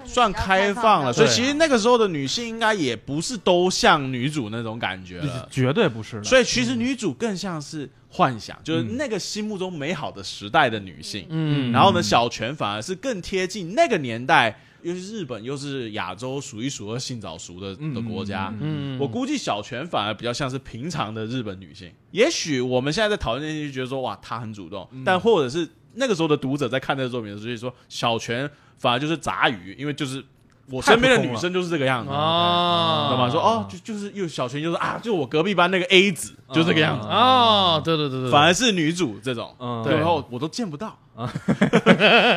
Speaker 4: 算开放了，所以
Speaker 3: 对
Speaker 4: 其实那个时候的女性应该也不是都像女主那种感觉了，
Speaker 2: 绝对不是的。
Speaker 4: 所以其
Speaker 3: 嗯
Speaker 4: 实女主更像是幻想，就是
Speaker 2: 嗯
Speaker 4: 那个心目中美好的时代的女性。
Speaker 3: 嗯，
Speaker 4: 然后呢，小泉反而是更贴近那个年代，尤其是日本又是亚洲数一数二性早熟的
Speaker 2: 嗯
Speaker 4: 的国家。
Speaker 3: 嗯，
Speaker 4: 我估计小泉反而比较像是平常的日本女性。也许我们现在在讨论那些，觉得说哇，她很主动，
Speaker 3: 嗯
Speaker 4: 但或者是那个时候的读者在看这个作品的时候，就说小泉反而就是杂鱼，因为就是我身边的女生就是这个样子。
Speaker 3: 啊，
Speaker 4: 懂吗？说哦，就就是又小泉就是啊，就我隔壁班那个 A 子，就这个样子。
Speaker 3: 哦，对对对对，
Speaker 4: 反而是女主这种，
Speaker 2: 嗯
Speaker 4: 然后我都见不到。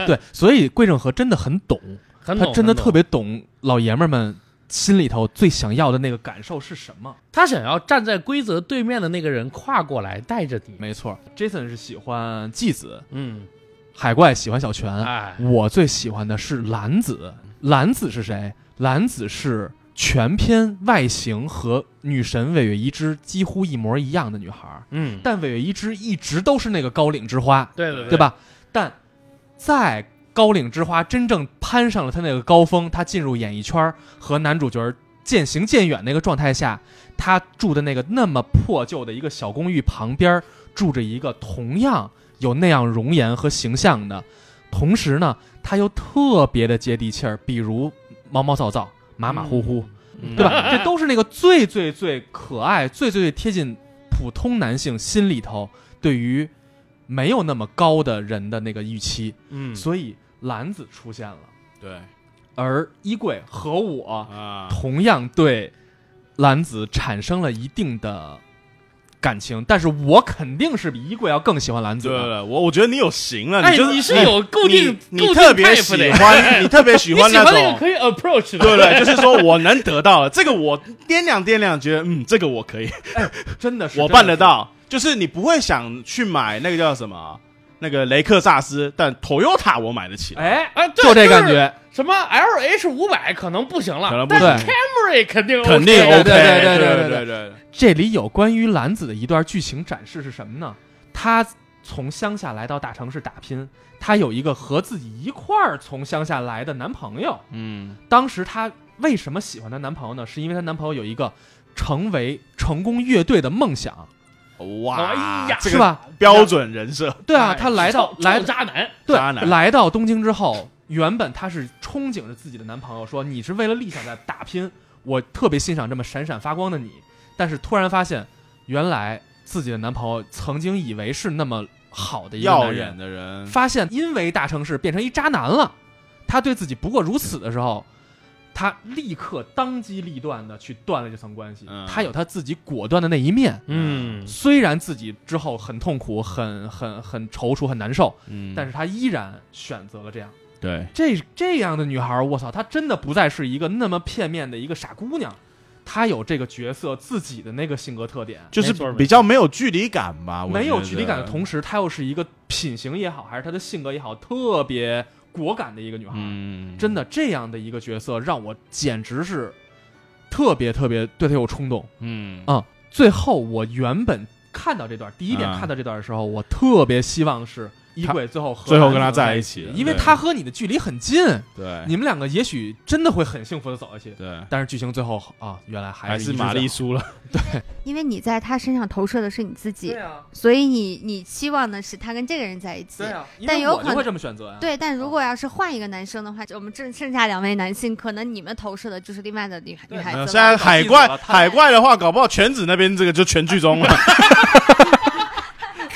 Speaker 2: 对，所以桂正和真的很懂，
Speaker 3: 嗯很
Speaker 2: 他
Speaker 3: 懂
Speaker 2: 真的
Speaker 3: 很懂
Speaker 2: 特别懂老爷们儿们心里头最想要的那个感受是什么。
Speaker 3: 他想要站在规则对面的那个人跨过来带着你，
Speaker 2: 没错，Jason 是喜欢纪子，
Speaker 3: 嗯，
Speaker 2: 海怪喜欢小泉，
Speaker 3: 哎，
Speaker 2: 我最喜欢的是蓝子。蓝子是谁？蓝子是全篇外形和女神尾月一之几乎一模一样的女孩儿，
Speaker 3: 嗯，
Speaker 2: 但尾月一之一直都是那个高岭之花，
Speaker 3: 对对
Speaker 2: 对？吧？但在高岭之花真正攀上了她那个高峰，她进入演艺圈儿和男主角儿渐行渐远那个状态下，她住的那个那么破旧的一个小公寓旁边儿住着一个同样有那样容颜和形象的，同时呢，她又特别的接地气儿，比如毛毛躁躁、马马虎虎，
Speaker 3: 嗯
Speaker 2: 对吧？这都是那个最最最可爱、最最最贴近普通男性心里头对于没有那么高的人的那个预期，
Speaker 3: 嗯，
Speaker 2: 所以篮子出现了，
Speaker 4: 对
Speaker 2: 而衣柜和我
Speaker 4: 啊，
Speaker 2: 同样对篮子产生了一定的感情，但是我肯定是比衣柜要更喜欢篮子
Speaker 4: 对
Speaker 2: 的。
Speaker 4: 了，我我觉得你有型了，
Speaker 3: 哎
Speaker 4: 就，
Speaker 3: 你是有固定
Speaker 4: 你你
Speaker 3: 固定
Speaker 4: 特别
Speaker 3: type 的
Speaker 4: 喜欢，你特别喜
Speaker 3: 你
Speaker 4: 欢
Speaker 3: 喜欢那个
Speaker 4: 种。
Speaker 3: 可以 approach 的，
Speaker 4: 对了，就是说我能得到了这个，我掂量掂量，觉得嗯，这个我可以，
Speaker 2: 真的是，
Speaker 4: 我办得。到。就是你不会想去买那个叫什么，那个雷克萨斯，但 Toyota 我买得起，
Speaker 2: 哎，
Speaker 3: 啊，对
Speaker 2: 就这感。
Speaker 3: 是
Speaker 2: 觉，
Speaker 3: 什么 LH 五百可能不行了，
Speaker 4: 可能不
Speaker 3: 但
Speaker 4: 行
Speaker 3: 是 Camry 肯定
Speaker 4: 肯定
Speaker 2: 对
Speaker 4: OK。
Speaker 2: 对对对
Speaker 4: 对
Speaker 2: 对
Speaker 4: 对，
Speaker 2: 这里有关于兰子的一段剧情展示是什么呢？她从乡下来到大城市打拼，她有一个和自己一块儿从乡下来的男朋友。
Speaker 4: 嗯，
Speaker 2: 当时她为什么喜欢她男朋友呢？是因为她男朋友有一个成为成功乐队的梦想，
Speaker 4: 哇，
Speaker 3: 哎呀
Speaker 4: 这
Speaker 2: 是
Speaker 4: 个
Speaker 2: 吧？
Speaker 4: 标准人设，
Speaker 2: 对啊，
Speaker 3: 哎
Speaker 2: 她来到
Speaker 3: 臭
Speaker 2: 来
Speaker 3: 臭渣男，
Speaker 2: 对
Speaker 4: 渣男
Speaker 2: 来到东京之后，原本她是憧憬着自己的男朋友，说你是为了理想在打拼，我特别欣赏这么闪闪发光的你。但是突然发现，原来自己的男朋友曾经以为是那么好的一个
Speaker 4: 耀
Speaker 2: 男
Speaker 4: 眼
Speaker 2: 人，
Speaker 4: 的人，
Speaker 2: 发现因为大城市变成一渣男了，他对自己不过如此的时候。他立刻当机立断的去断了这层关系，
Speaker 4: 嗯
Speaker 2: 他有他自己果断的那一面。
Speaker 3: 嗯，
Speaker 2: 虽然自己之后很痛苦、很很很踌躇、很难受，
Speaker 4: 嗯
Speaker 2: 但是她依然选择了这样。
Speaker 4: 对，
Speaker 2: 这这样的女孩儿，我操，她真的不再是一个那么片面的一个傻姑娘，她有这个角色自己的那个性格特点，
Speaker 4: 就是
Speaker 3: 没错
Speaker 4: 比较没有距离感吧，啊我
Speaker 2: 没有
Speaker 4: 觉
Speaker 2: 距离感的
Speaker 4: 得
Speaker 2: 同时，她又是一个品行也好，还是她的性格也好，特别果敢的一个女孩儿。
Speaker 4: 嗯，
Speaker 2: 真的这样的一个角色，让我简直是特别特别对她有冲动。
Speaker 4: 嗯
Speaker 2: 啊最后，我原本看到这段，第一遍
Speaker 4: 啊
Speaker 2: 看到这段的时候，我特别希望是衣柜最后和
Speaker 4: 最后跟
Speaker 2: 男
Speaker 4: 他
Speaker 2: 子在
Speaker 4: 在一
Speaker 2: 一
Speaker 4: 起了
Speaker 2: 因为
Speaker 4: 对哎
Speaker 2: 他和你的距离很近，
Speaker 4: 对
Speaker 2: 你们两个也许真的会很幸福的走下去。
Speaker 4: 对，
Speaker 2: 但是剧情最后啊，原来还
Speaker 4: 还
Speaker 2: 是
Speaker 4: 是
Speaker 2: 一致
Speaker 4: 玛丽
Speaker 2: 最好
Speaker 4: 输了，
Speaker 1: 因为你在他身上投射的是你自己，
Speaker 2: 啊，
Speaker 1: 所以你你期望的是他跟这个人在一起。
Speaker 2: 啊，因
Speaker 1: 但
Speaker 2: 为
Speaker 1: 有
Speaker 2: 我
Speaker 1: 可
Speaker 2: 就会
Speaker 1: 能
Speaker 2: 这么选择呀。，
Speaker 1: 对但如果要是换一个男生的话，就我们剩剩下两位男性，可能你们投射的就是另外的女女
Speaker 2: 对
Speaker 1: 孩
Speaker 4: 呃
Speaker 1: 子
Speaker 4: 现在
Speaker 1: 哎了。
Speaker 4: 海
Speaker 2: 搞
Speaker 4: 怪
Speaker 2: 记住了他
Speaker 4: 海怪的话，搞不好全子那边这个就全剧 终了，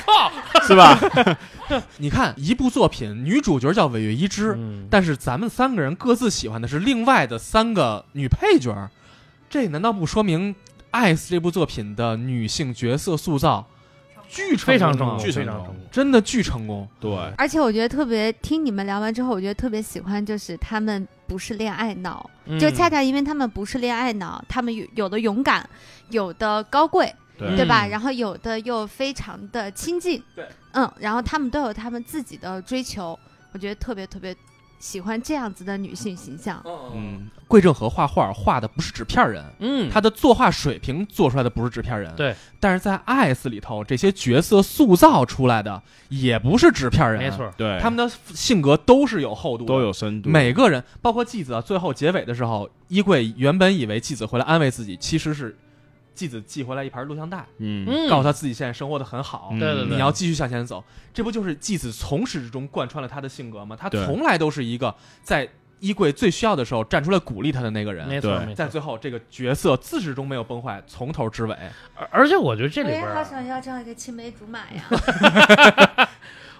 Speaker 3: 靠，
Speaker 4: 是吧？
Speaker 2: 你看一部作品，女主角叫尾月一枝，
Speaker 3: 嗯
Speaker 2: 但是咱们三个人各自喜欢的是另外的三个女配角儿，这难道不说明《爱死》这部作品的女性角色塑造巨成
Speaker 3: 非常
Speaker 2: 功
Speaker 3: 成
Speaker 2: 吗
Speaker 3: 功，
Speaker 4: 巨
Speaker 3: 非
Speaker 4: 成
Speaker 3: 常
Speaker 4: 功
Speaker 3: 成功。
Speaker 2: 真的巨成功。
Speaker 4: 对，
Speaker 1: 而且我觉得特别听你们聊完之后，我觉得特别喜欢，就是他们不是恋爱脑，
Speaker 3: 嗯
Speaker 1: 就恰恰因为他们不是恋爱脑，他们有有的勇敢，有的高贵，
Speaker 4: 对
Speaker 1: 对吧？
Speaker 3: 嗯
Speaker 1: 然后有的又非常的亲近，
Speaker 2: 对，
Speaker 1: 嗯，然后他们都有他们自己的追求，我觉得特别特别喜欢这样子的女性形象。
Speaker 4: 嗯，
Speaker 2: 桂正和画画画的不是纸片人，
Speaker 3: 嗯，
Speaker 2: 他的作画水平做出来的不是纸片人，
Speaker 3: 对。
Speaker 2: 但是在《爱死》里头，这些角色塑造出来的也不是纸片人，啊
Speaker 3: 没错，，
Speaker 4: 对，
Speaker 2: 他们的性格都是有厚度的，
Speaker 4: 都有深度，
Speaker 2: 每个人，包括纪子啊，最后结尾的时候，衣柜原本以为纪子回来安慰自己，其实是纪子寄回来一盘录像带，
Speaker 4: 嗯，
Speaker 3: 嗯，
Speaker 2: 告诉他自己现在生活的很好，
Speaker 4: 嗯
Speaker 3: 对对对，
Speaker 2: 你要继续向前走。这不就是纪子从始至终贯穿了他的性格吗？他
Speaker 4: 对
Speaker 2: 从来都是一个在衣柜最需要的时候站出来鼓励他的那个人。
Speaker 3: 没错
Speaker 4: 对
Speaker 3: 没错
Speaker 2: 在。最后，这个角色自始终没有崩坏，从头至尾。
Speaker 3: 而而且我觉得这
Speaker 1: 我
Speaker 3: 里
Speaker 1: 也
Speaker 3: 边
Speaker 1: 哎好
Speaker 4: 啊
Speaker 3: 儿啊
Speaker 1: 想要这样一个青梅竹马呀！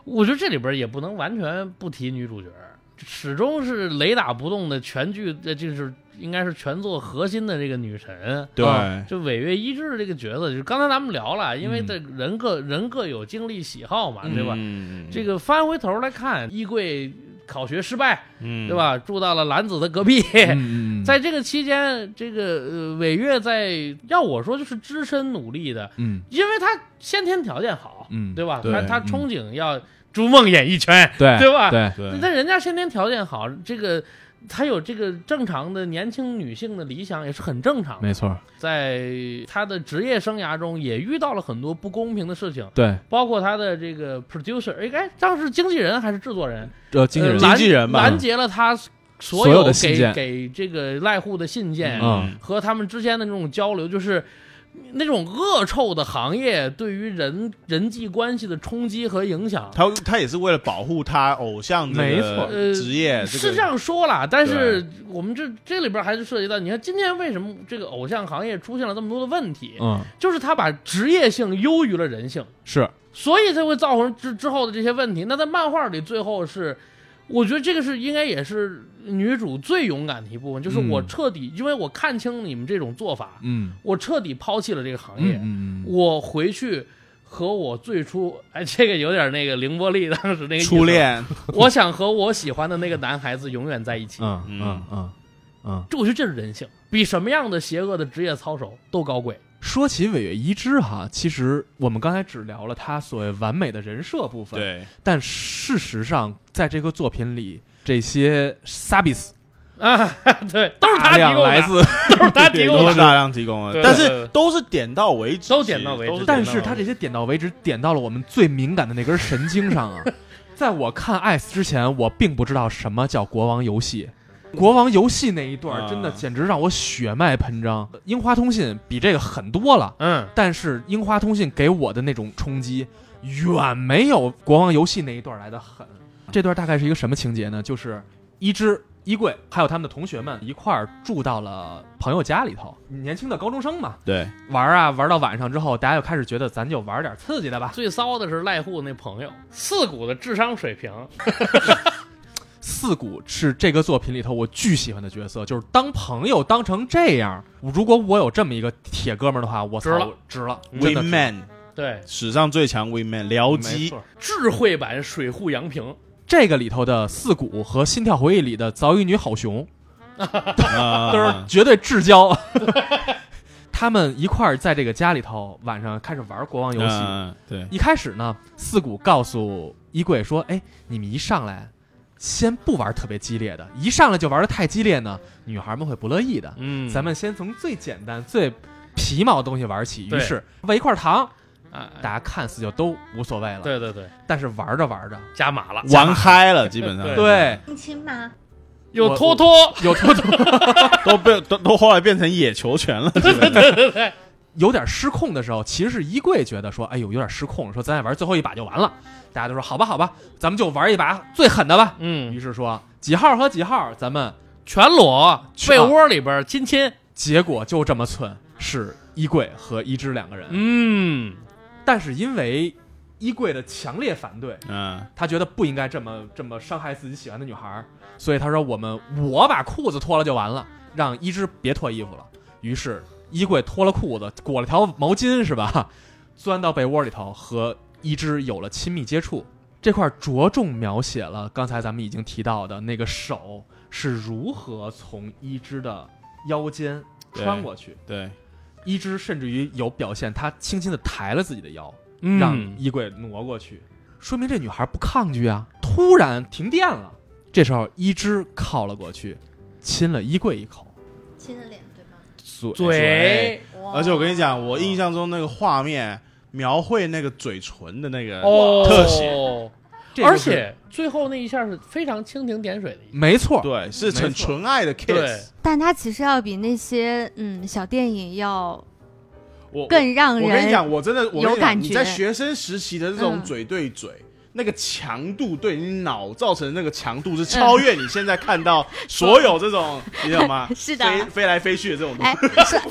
Speaker 3: 我觉得这里边儿也不能完全不提女主角儿，始终是雷打不动的全剧，呃，就是应该是全作核心的这个女神。
Speaker 4: 对
Speaker 2: 啊
Speaker 3: 就尾月一致的这个角色，就是刚才咱们聊了，因为
Speaker 2: 嗯
Speaker 3: 这人各、人各有经历喜好嘛，对吧？
Speaker 4: 嗯
Speaker 3: 这，个翻回头来看，衣柜考学失败，
Speaker 4: 嗯
Speaker 3: 对？吧？住到了兰子的隔壁。
Speaker 2: 嗯
Speaker 3: 在这个期间，这个呃尾月在要我说就是只身努力的，
Speaker 2: 嗯
Speaker 3: 因为他先天条件好，
Speaker 2: 嗯
Speaker 3: 对吧？
Speaker 4: 对
Speaker 3: 他他
Speaker 2: 嗯
Speaker 3: 憧憬要逐梦演艺圈，
Speaker 2: 对
Speaker 3: 对吧
Speaker 2: 对，
Speaker 4: 对，
Speaker 3: 但人家先天条件好，这个她有这个正常的年轻女性的理想也是很正常的。
Speaker 2: 没错，
Speaker 3: 在她的职业生涯中，也遇到了很多不公平的事情，
Speaker 2: 对，
Speaker 3: 包括她的这个 producer，应该当时经纪人还是制作人，
Speaker 2: 呃，经纪人
Speaker 3: 呃拦
Speaker 4: 经纪人吧
Speaker 3: 拦截了她所
Speaker 2: 所有
Speaker 3: 有
Speaker 2: 的
Speaker 3: 给
Speaker 2: 信件
Speaker 3: 给这个赖户的信件、
Speaker 2: 嗯
Speaker 3: 和他们之间的那种交流，就是。那种恶臭的行业对于人人际关系的冲击和影响，
Speaker 4: 他他也是为了保护他偶像这
Speaker 2: 没错
Speaker 4: 个职业，个
Speaker 3: 是这，样说啦，但是我们这这里边还是涉及到，你看今天为什么这个偶像行业出现了这么多的问题，
Speaker 2: 嗯，
Speaker 3: 就是他把职业性优于了人性，
Speaker 2: 是
Speaker 3: 所以才会造成之之后的这些问题。那在漫画里，最后是，我觉得这个是应该也是女主最勇敢的一部分，就是我
Speaker 2: 嗯
Speaker 3: 彻底，因为我看清你们这种做法，
Speaker 2: 嗯
Speaker 3: 我彻底抛弃了这个行业，
Speaker 2: 嗯嗯
Speaker 3: 我回去。和我最初， 哎，这个有点那个凌波丽当时那个意思
Speaker 4: 初，恋，
Speaker 3: 我想和我喜欢的那个男孩子永远在一起。
Speaker 2: 嗯嗯嗯嗯。
Speaker 3: 这我觉得这是人性，比什么样的邪恶的职业操守都高贵。
Speaker 2: 说起尾月一枝哈，其实我们刚才只聊了他所谓完美的人设部分，。
Speaker 4: 对，
Speaker 2: 但事实上，在这个作品里，这些 s a b i s
Speaker 3: 啊，对，都是他
Speaker 2: 大
Speaker 3: 提
Speaker 2: 量
Speaker 3: 供
Speaker 2: 来
Speaker 3: 的，
Speaker 2: 自，
Speaker 3: 都 是他提供
Speaker 4: 都是
Speaker 3: 的。
Speaker 4: 大量提供的，
Speaker 3: 对
Speaker 4: 但
Speaker 3: 对对
Speaker 4: 是都是点到为止，
Speaker 3: 都点到为止
Speaker 4: 都点到
Speaker 2: 但是他这些点到为止，点到了我们最敏感的那根神经上啊。在我看《爱死》之前，我并不知道什么叫国王游戏。国王游戏那一段儿真的
Speaker 4: 啊
Speaker 2: 简直让我血脉喷张。樱花通信比这个狠多了，
Speaker 3: 嗯，
Speaker 2: 但是樱花通信给我的那种冲击，远没有国王游戏那一段来的狠。这段大概是一个什么情节呢？就是一只衣柜还有他们的同学们一块儿住到了朋友家里头，年轻的高中生嘛，
Speaker 4: 对
Speaker 2: 玩儿啊玩到晚上之后，大家就开始觉得咱就玩点刺激的吧。
Speaker 3: 最骚的是赖户那朋友，四股的智商水平，
Speaker 2: 四谷是这个作品里头我巨喜欢的角色，就是当朋友当成这样，如果我有这么一个铁哥们儿的话，我操
Speaker 3: 值了
Speaker 2: 我值了，真的值
Speaker 4: Win Man
Speaker 3: 对，
Speaker 4: 史上最强 Win Man 僚
Speaker 2: 没
Speaker 4: 机
Speaker 2: 错，
Speaker 3: 智慧版水户洋平，
Speaker 2: 这个里头的四谷和《心跳回忆》里的早乙女好熊，
Speaker 4: 啊，
Speaker 2: 都是绝对至交。 他们一块儿在这个家里头晚上开始玩国王游戏。
Speaker 3: 啊
Speaker 4: 嗯，对，
Speaker 2: 一开始呢，四谷告诉衣柜说：“哎，你们一上来先不玩特别激烈的，一上来就玩的太激烈呢，女孩们会不乐意的。
Speaker 3: 嗯
Speaker 2: 咱们先从最简单、最皮毛的东西玩起。”
Speaker 3: 对
Speaker 2: 于是喂一块糖，
Speaker 3: 啊，
Speaker 2: 大家看似就都无所谓了。，
Speaker 3: 对对对，
Speaker 2: 但是玩着玩着，
Speaker 3: 加码了，
Speaker 4: 玩嗨了，基本上
Speaker 3: 对
Speaker 2: 对，
Speaker 5: 你亲吗？
Speaker 3: 有托托，
Speaker 2: 有拖拖，
Speaker 4: 都被都都后来变成野球 拳了，基本上
Speaker 2: 有点失控的时候，其实是衣柜觉得说，哎呦，有点失控，说咱俩玩最后一把就完了。大家都说好吧，好吧，咱们就玩一把最狠的吧。于
Speaker 3: 嗯，
Speaker 2: 是说几号和几号，咱们
Speaker 3: 全裸
Speaker 2: 全
Speaker 3: 被窝里边亲亲，
Speaker 2: 结果就这么寸，是衣柜和一只两个人。
Speaker 3: 嗯，
Speaker 2: 但是因为衣柜的强烈反对，
Speaker 4: 嗯，
Speaker 2: 他觉得不应该这么这么伤害自己喜欢的女孩儿，所以他说我们我把裤子脱了就完了，让一只别脱衣服了。于是衣柜脱了裤子，裹了条毛巾是吧？ 钻到被窝里头和一只有了亲密接触。这块儿着重描写了刚才咱们已经提到的那个手是如何从一只的腰间穿过去，
Speaker 4: 对，
Speaker 2: 一只甚至于有表现，他轻轻地抬了自己的腰。让
Speaker 3: 嗯，
Speaker 2: 衣柜挪过去，说明这女孩不抗拒啊。突然停电了，这时候一只靠了过去，亲了衣柜一口，
Speaker 5: 亲了脸对吗？
Speaker 4: 嘴
Speaker 3: 嘴，
Speaker 4: 而啊且我跟你讲，我印象中那个画面描绘那个嘴唇的那个，
Speaker 3: 哦，
Speaker 4: 特写
Speaker 2: 这就是
Speaker 3: 而且最后那一下是非常蜻蜓点水的一下，
Speaker 2: 没错，
Speaker 4: 对，是很
Speaker 2: 没错
Speaker 4: 纯爱的 kiss，
Speaker 1: 但它其实要比那些嗯小电影要
Speaker 4: 我
Speaker 1: 更让
Speaker 4: 我跟你
Speaker 1: 人
Speaker 4: 讲，我真的我
Speaker 1: 有
Speaker 4: 跟你
Speaker 1: 感觉
Speaker 4: 讲，你在学生时期的这种
Speaker 1: 嗯
Speaker 4: 嘴对嘴。那个强度对你脑造成的那个强度是超越你现在看 到所有这种，你知道吗？
Speaker 5: 是的
Speaker 4: 飞飞来飞去的这种东西
Speaker 1: 哎，是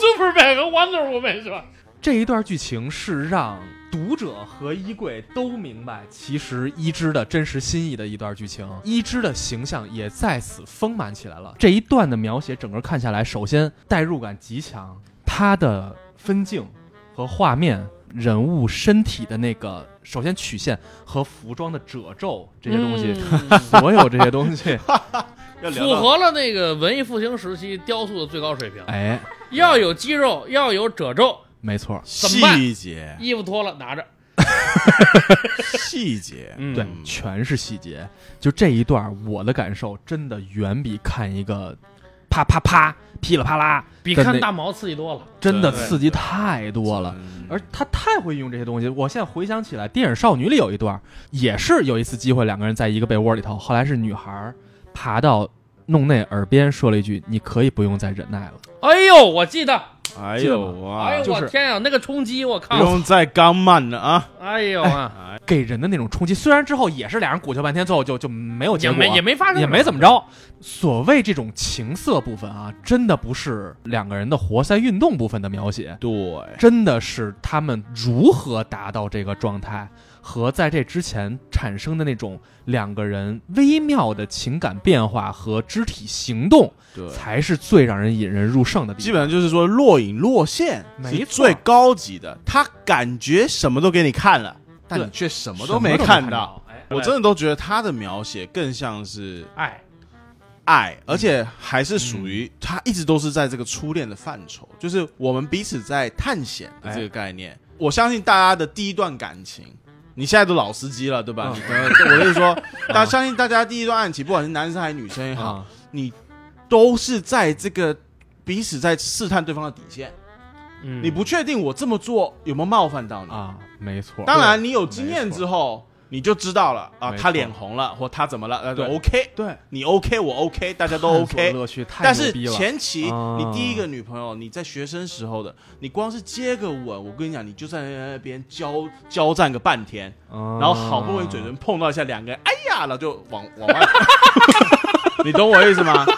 Speaker 3: Superman 和 Wonder Woman 是吧？
Speaker 2: 这一段剧情是让读者和衣柜都明白，其实一只的真实心意的一段剧情，一只的形象也在此丰满起来了。这一段的描写，整个看下来，首先代入感极强，它的分镜和画面、人物身体的那个首先曲线和服装的褶皱这些东西，
Speaker 3: 嗯
Speaker 2: 所有这些东西，
Speaker 4: 要聊
Speaker 3: 符
Speaker 4: 到
Speaker 3: 合了那个文艺复兴时期雕塑的最高水平，
Speaker 2: 哎，
Speaker 3: 要有肌肉，要有褶皱，
Speaker 2: 没错，
Speaker 3: 怎么办
Speaker 4: 细节，
Speaker 3: 衣服脱了拿着，
Speaker 4: 细节，
Speaker 3: 嗯
Speaker 2: 对，全是细节。就这一段儿，我的感受真的远比看一个啪啪啪、噼里啪啦，
Speaker 3: 比
Speaker 2: 但
Speaker 3: 看
Speaker 2: 那
Speaker 3: 大毛刺激多了。
Speaker 2: 真的
Speaker 4: 对
Speaker 2: 刺激太多了。
Speaker 4: 嗯
Speaker 2: 而他太会运用这些东西，我现在回想起来，电影《少女》里有一段儿，也是有一次机会，两个人在一个被窝里头，后来是女孩儿爬到弄内耳边说了一句：“你可以不用再忍耐了。
Speaker 3: 哎呦，我记得，
Speaker 4: 哎
Speaker 2: 记得
Speaker 4: 呦
Speaker 2: 吗
Speaker 4: 哇，
Speaker 3: 哎呦
Speaker 2: 啊就
Speaker 3: 我
Speaker 2: 是
Speaker 3: 天呀，那个冲击，我
Speaker 4: 不
Speaker 3: 靠，
Speaker 4: 用再刚慢了啊！
Speaker 3: 哎呦啊，”
Speaker 2: 给人的那种冲击，虽然之后也是俩人鼓捣半天，最后就就没有结
Speaker 3: 也
Speaker 2: 果，
Speaker 3: 没也没发生，
Speaker 2: 也没怎么。着。所谓这种情色部分啊，真的不是两个人的活塞运动部分的描写，
Speaker 4: 对，
Speaker 2: 真的是他们如何达到这个状态，和在这之前产生的那种两个人微妙的情感变化和肢体行动，
Speaker 4: 对
Speaker 2: 才是最让人引人入胜的地方。
Speaker 4: 基本上就是说若隐若现，
Speaker 2: 没
Speaker 4: 是
Speaker 2: 错
Speaker 4: 最高级的。他感觉什么都给你看了，但
Speaker 2: 对
Speaker 4: 你却什么
Speaker 2: 什
Speaker 4: 都
Speaker 2: 么
Speaker 4: 没
Speaker 2: 看
Speaker 4: 看到。。
Speaker 3: 哎，
Speaker 4: 我真的都觉得他的描写更像是
Speaker 3: 哎，
Speaker 4: 爱，而且还是属于他一直都是在这个初恋的范畴，就是我们彼此在探险的这个概念。我相信大家的第一段感情，你现在都老司机了，对吧？
Speaker 2: 嗯
Speaker 4: 你可能我就是说，大家相信大家第一段爱情，不管是男生还是女生也好，
Speaker 2: 啊，
Speaker 4: 你都是在这个彼此在试探对方的底线。
Speaker 3: 嗯
Speaker 4: 你不确定我这么做有没有冒犯到你。
Speaker 2: 啊，没错。
Speaker 4: 嗯当然，你有经验之后，你就知道了啊
Speaker 2: 没，错
Speaker 4: 他脸红了，或他怎么了，那就
Speaker 2: 对
Speaker 4: OK，
Speaker 2: 对，
Speaker 4: 你 OK，我 OK，大家
Speaker 2: 这
Speaker 4: 都 OK。
Speaker 2: 乐趣太
Speaker 4: 但
Speaker 2: 牛
Speaker 4: 是
Speaker 2: 逼了。
Speaker 4: 前期
Speaker 2: 啊
Speaker 4: 你第一个女朋友，你在学生时候的，你光是接个吻，我跟你讲，你就在那边交交战个半天，
Speaker 2: 然
Speaker 4: 然后好不容易嘴唇碰到一下，两个人哎呀，然后就往往外， 你懂我意思吗？
Speaker 5: 这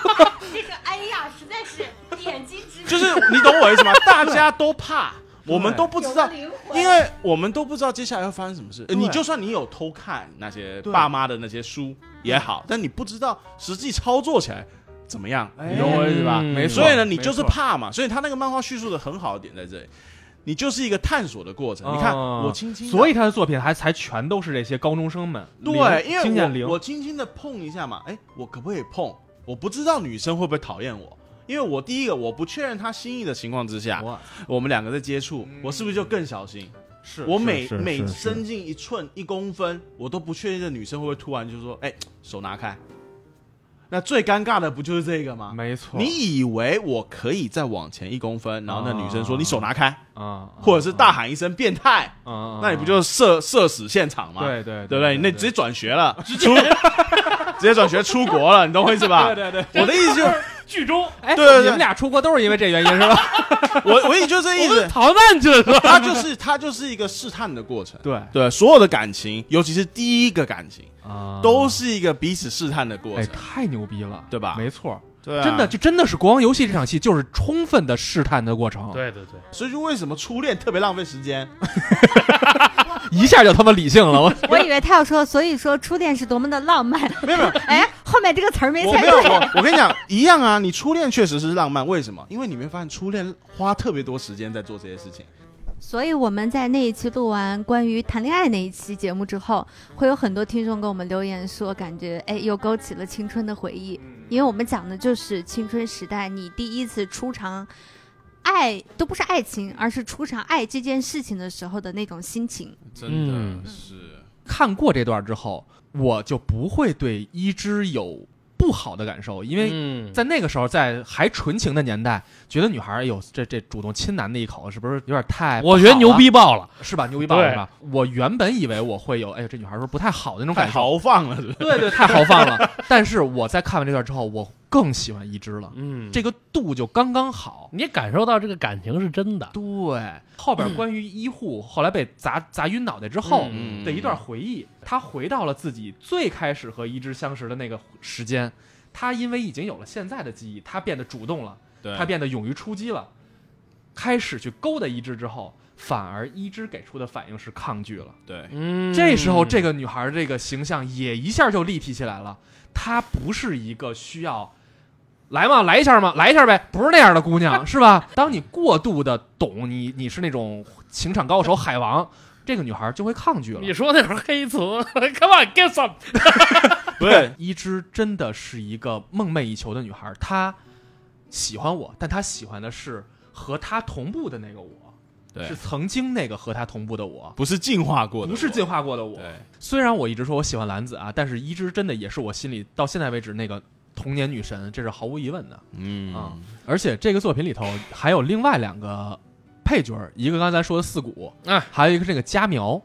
Speaker 5: 个哎呀，实在是点睛之笔
Speaker 4: 就是你懂我意思 吗？大家都怕，我们都不知道
Speaker 5: 有个灵，魂
Speaker 4: 因为我们都不知道接下来会发生什么事。呃
Speaker 2: 对
Speaker 4: 你就算你有偷看那些
Speaker 2: 对
Speaker 4: 爸妈的那些书也好，但你不知道实际操作起来怎么样，
Speaker 2: 哎
Speaker 4: 你懂我意思吧？
Speaker 3: 嗯
Speaker 2: 没错
Speaker 4: 所以呢，你就是
Speaker 2: 没错
Speaker 4: 怕嘛。所以他那个漫画叙述的很好的点在这里，你就是一个探索的过程。你看，
Speaker 2: 哦
Speaker 4: 我轻轻地，
Speaker 2: 所以他的作品还才全都是这些高中生们，
Speaker 4: 对，
Speaker 2: 零经验
Speaker 4: 因为
Speaker 2: 零
Speaker 4: 我我轻轻的碰一下嘛，哎，我可不可以碰？我不知道女生会不会讨厌我。因为我第一个我不确认她心意的情况之下，
Speaker 2: 哇
Speaker 4: 我们两个在接触，我是不是就更小心？
Speaker 2: 是
Speaker 4: 我
Speaker 2: 是
Speaker 4: 每
Speaker 2: 是
Speaker 4: 每
Speaker 2: 是是
Speaker 4: 伸进一寸一公分，我都不确定这女生会不会突然就说：“哎，手拿开。”那最尴尬的不就是这个吗？
Speaker 2: 没错，
Speaker 4: 你以为我可以再往前一公分，然后那女生说
Speaker 2: 啊
Speaker 4: 你手拿开，
Speaker 2: 啊，
Speaker 4: 或者是大喊一声变态，
Speaker 2: 啊，啊
Speaker 4: 那你不就射射死现场吗？
Speaker 2: 嗯对对
Speaker 4: 对不对？
Speaker 2: 对？
Speaker 4: 那直接转学了， 出直接转学出国了，你懂我意思吧？
Speaker 2: 对对对，
Speaker 4: 我的意思就是，
Speaker 3: 剧中，
Speaker 2: 哎，
Speaker 4: 对对对
Speaker 2: 你们俩出国都是因为这原因是 吧？
Speaker 4: 我我意思就是这意思
Speaker 3: 逃难去 了，
Speaker 4: 它就是它就是一个试探的过程。
Speaker 2: 对
Speaker 4: 对，所有的感情，尤其是第一个感情，
Speaker 2: 啊
Speaker 4: 都是一个彼此试探的过
Speaker 2: 哎，
Speaker 4: 程，
Speaker 2: 太牛逼了，
Speaker 4: 对吧
Speaker 2: 没错，
Speaker 4: 对啊
Speaker 2: 真的，。就真的是国王游戏这场戏就是充分的试探的过程，，
Speaker 3: 对对对，
Speaker 4: 所以就为什么初恋特别浪费时 间？
Speaker 2: 一下就他妈理性 了，我
Speaker 5: 我以为他要说，所以说初恋是多么的浪漫。
Speaker 4: 没有没有，
Speaker 5: 哎，后面这个词儿没
Speaker 4: 我
Speaker 5: 猜
Speaker 4: 没有，
Speaker 5: 对。
Speaker 4: 我我跟你讲，一样啊。你初恋确实是浪漫，为什么？因为你没发现初恋花特别多时间在做这些事情。
Speaker 1: 所以我们在那一期录完关于谈恋爱那一期节目之后，会有很多听众给我们留言说，感觉哎又勾起了青春的回忆，
Speaker 4: 嗯
Speaker 1: 因为我们讲的就是青春时代，你第一次出场爱都不是爱情，而是出场爱这件事情的时候的那种心情。
Speaker 4: 真
Speaker 2: 嗯
Speaker 4: 的是，
Speaker 2: 看过这段之后，我就不会对一之有不好的感受，因为
Speaker 3: 为
Speaker 2: 在那个时候，在还纯情的年代，觉得女孩儿哎呦，这这主动亲男的一口，是不是有点太不好
Speaker 3: 我觉得
Speaker 2: 了
Speaker 3: 牛逼爆了，
Speaker 2: 是吧？牛逼爆了
Speaker 3: 对
Speaker 2: 是吧？我原本以为我会有哎呦，这女孩儿是不是不太好的那种
Speaker 4: 太
Speaker 2: 感受，
Speaker 4: 豪放了，是不是？
Speaker 2: 对对，太豪放了。但是我在看完这段之后，我更喜欢一只了，
Speaker 3: 嗯
Speaker 2: 这个度就刚刚好。
Speaker 3: 你感受到这个感情是真的，
Speaker 2: 对，后
Speaker 3: 嗯
Speaker 2: 边关于医护后来被砸砸晕脑袋之后
Speaker 4: 嗯
Speaker 2: 的一段回忆，他回到了自己最开始和一只相识的那个时间。他因为已经有了现在的记忆，他变得主动了，
Speaker 4: 对
Speaker 2: 他变得勇于出击了，开始去勾搭一只之后，反而一只给出的反应是抗拒了。
Speaker 4: 对，
Speaker 3: 嗯
Speaker 2: 这时候，这个女孩儿这个形象也一下就立体起来了。她不是一个需要来嘛，来一下嘛，来一下呗，不是那样的姑娘，是吧？当你过度的懂你，你是那种情场高手、海王，这个女孩儿就会抗拒了。
Speaker 3: 你说那会儿黑词 ，Come on get some，
Speaker 4: 不是
Speaker 2: 一之真的是一个梦寐以求的女孩儿，她喜欢我，但她喜欢的是和她同步的那个我，
Speaker 4: 对
Speaker 2: 是曾经那个和她同步的我，
Speaker 4: 不是进化过的，
Speaker 2: 不是进化过的我。
Speaker 4: 对，
Speaker 2: 虽然我一直说我喜欢兰子啊，但是一之真的也是我心里到现在为止那个童年女神，这是毫无疑问的。
Speaker 4: 嗯
Speaker 2: 啊而且这个作品里头还有另外两个配角儿，一个刚才说的四谷，
Speaker 3: 哎
Speaker 2: 还有一个这个佳苗，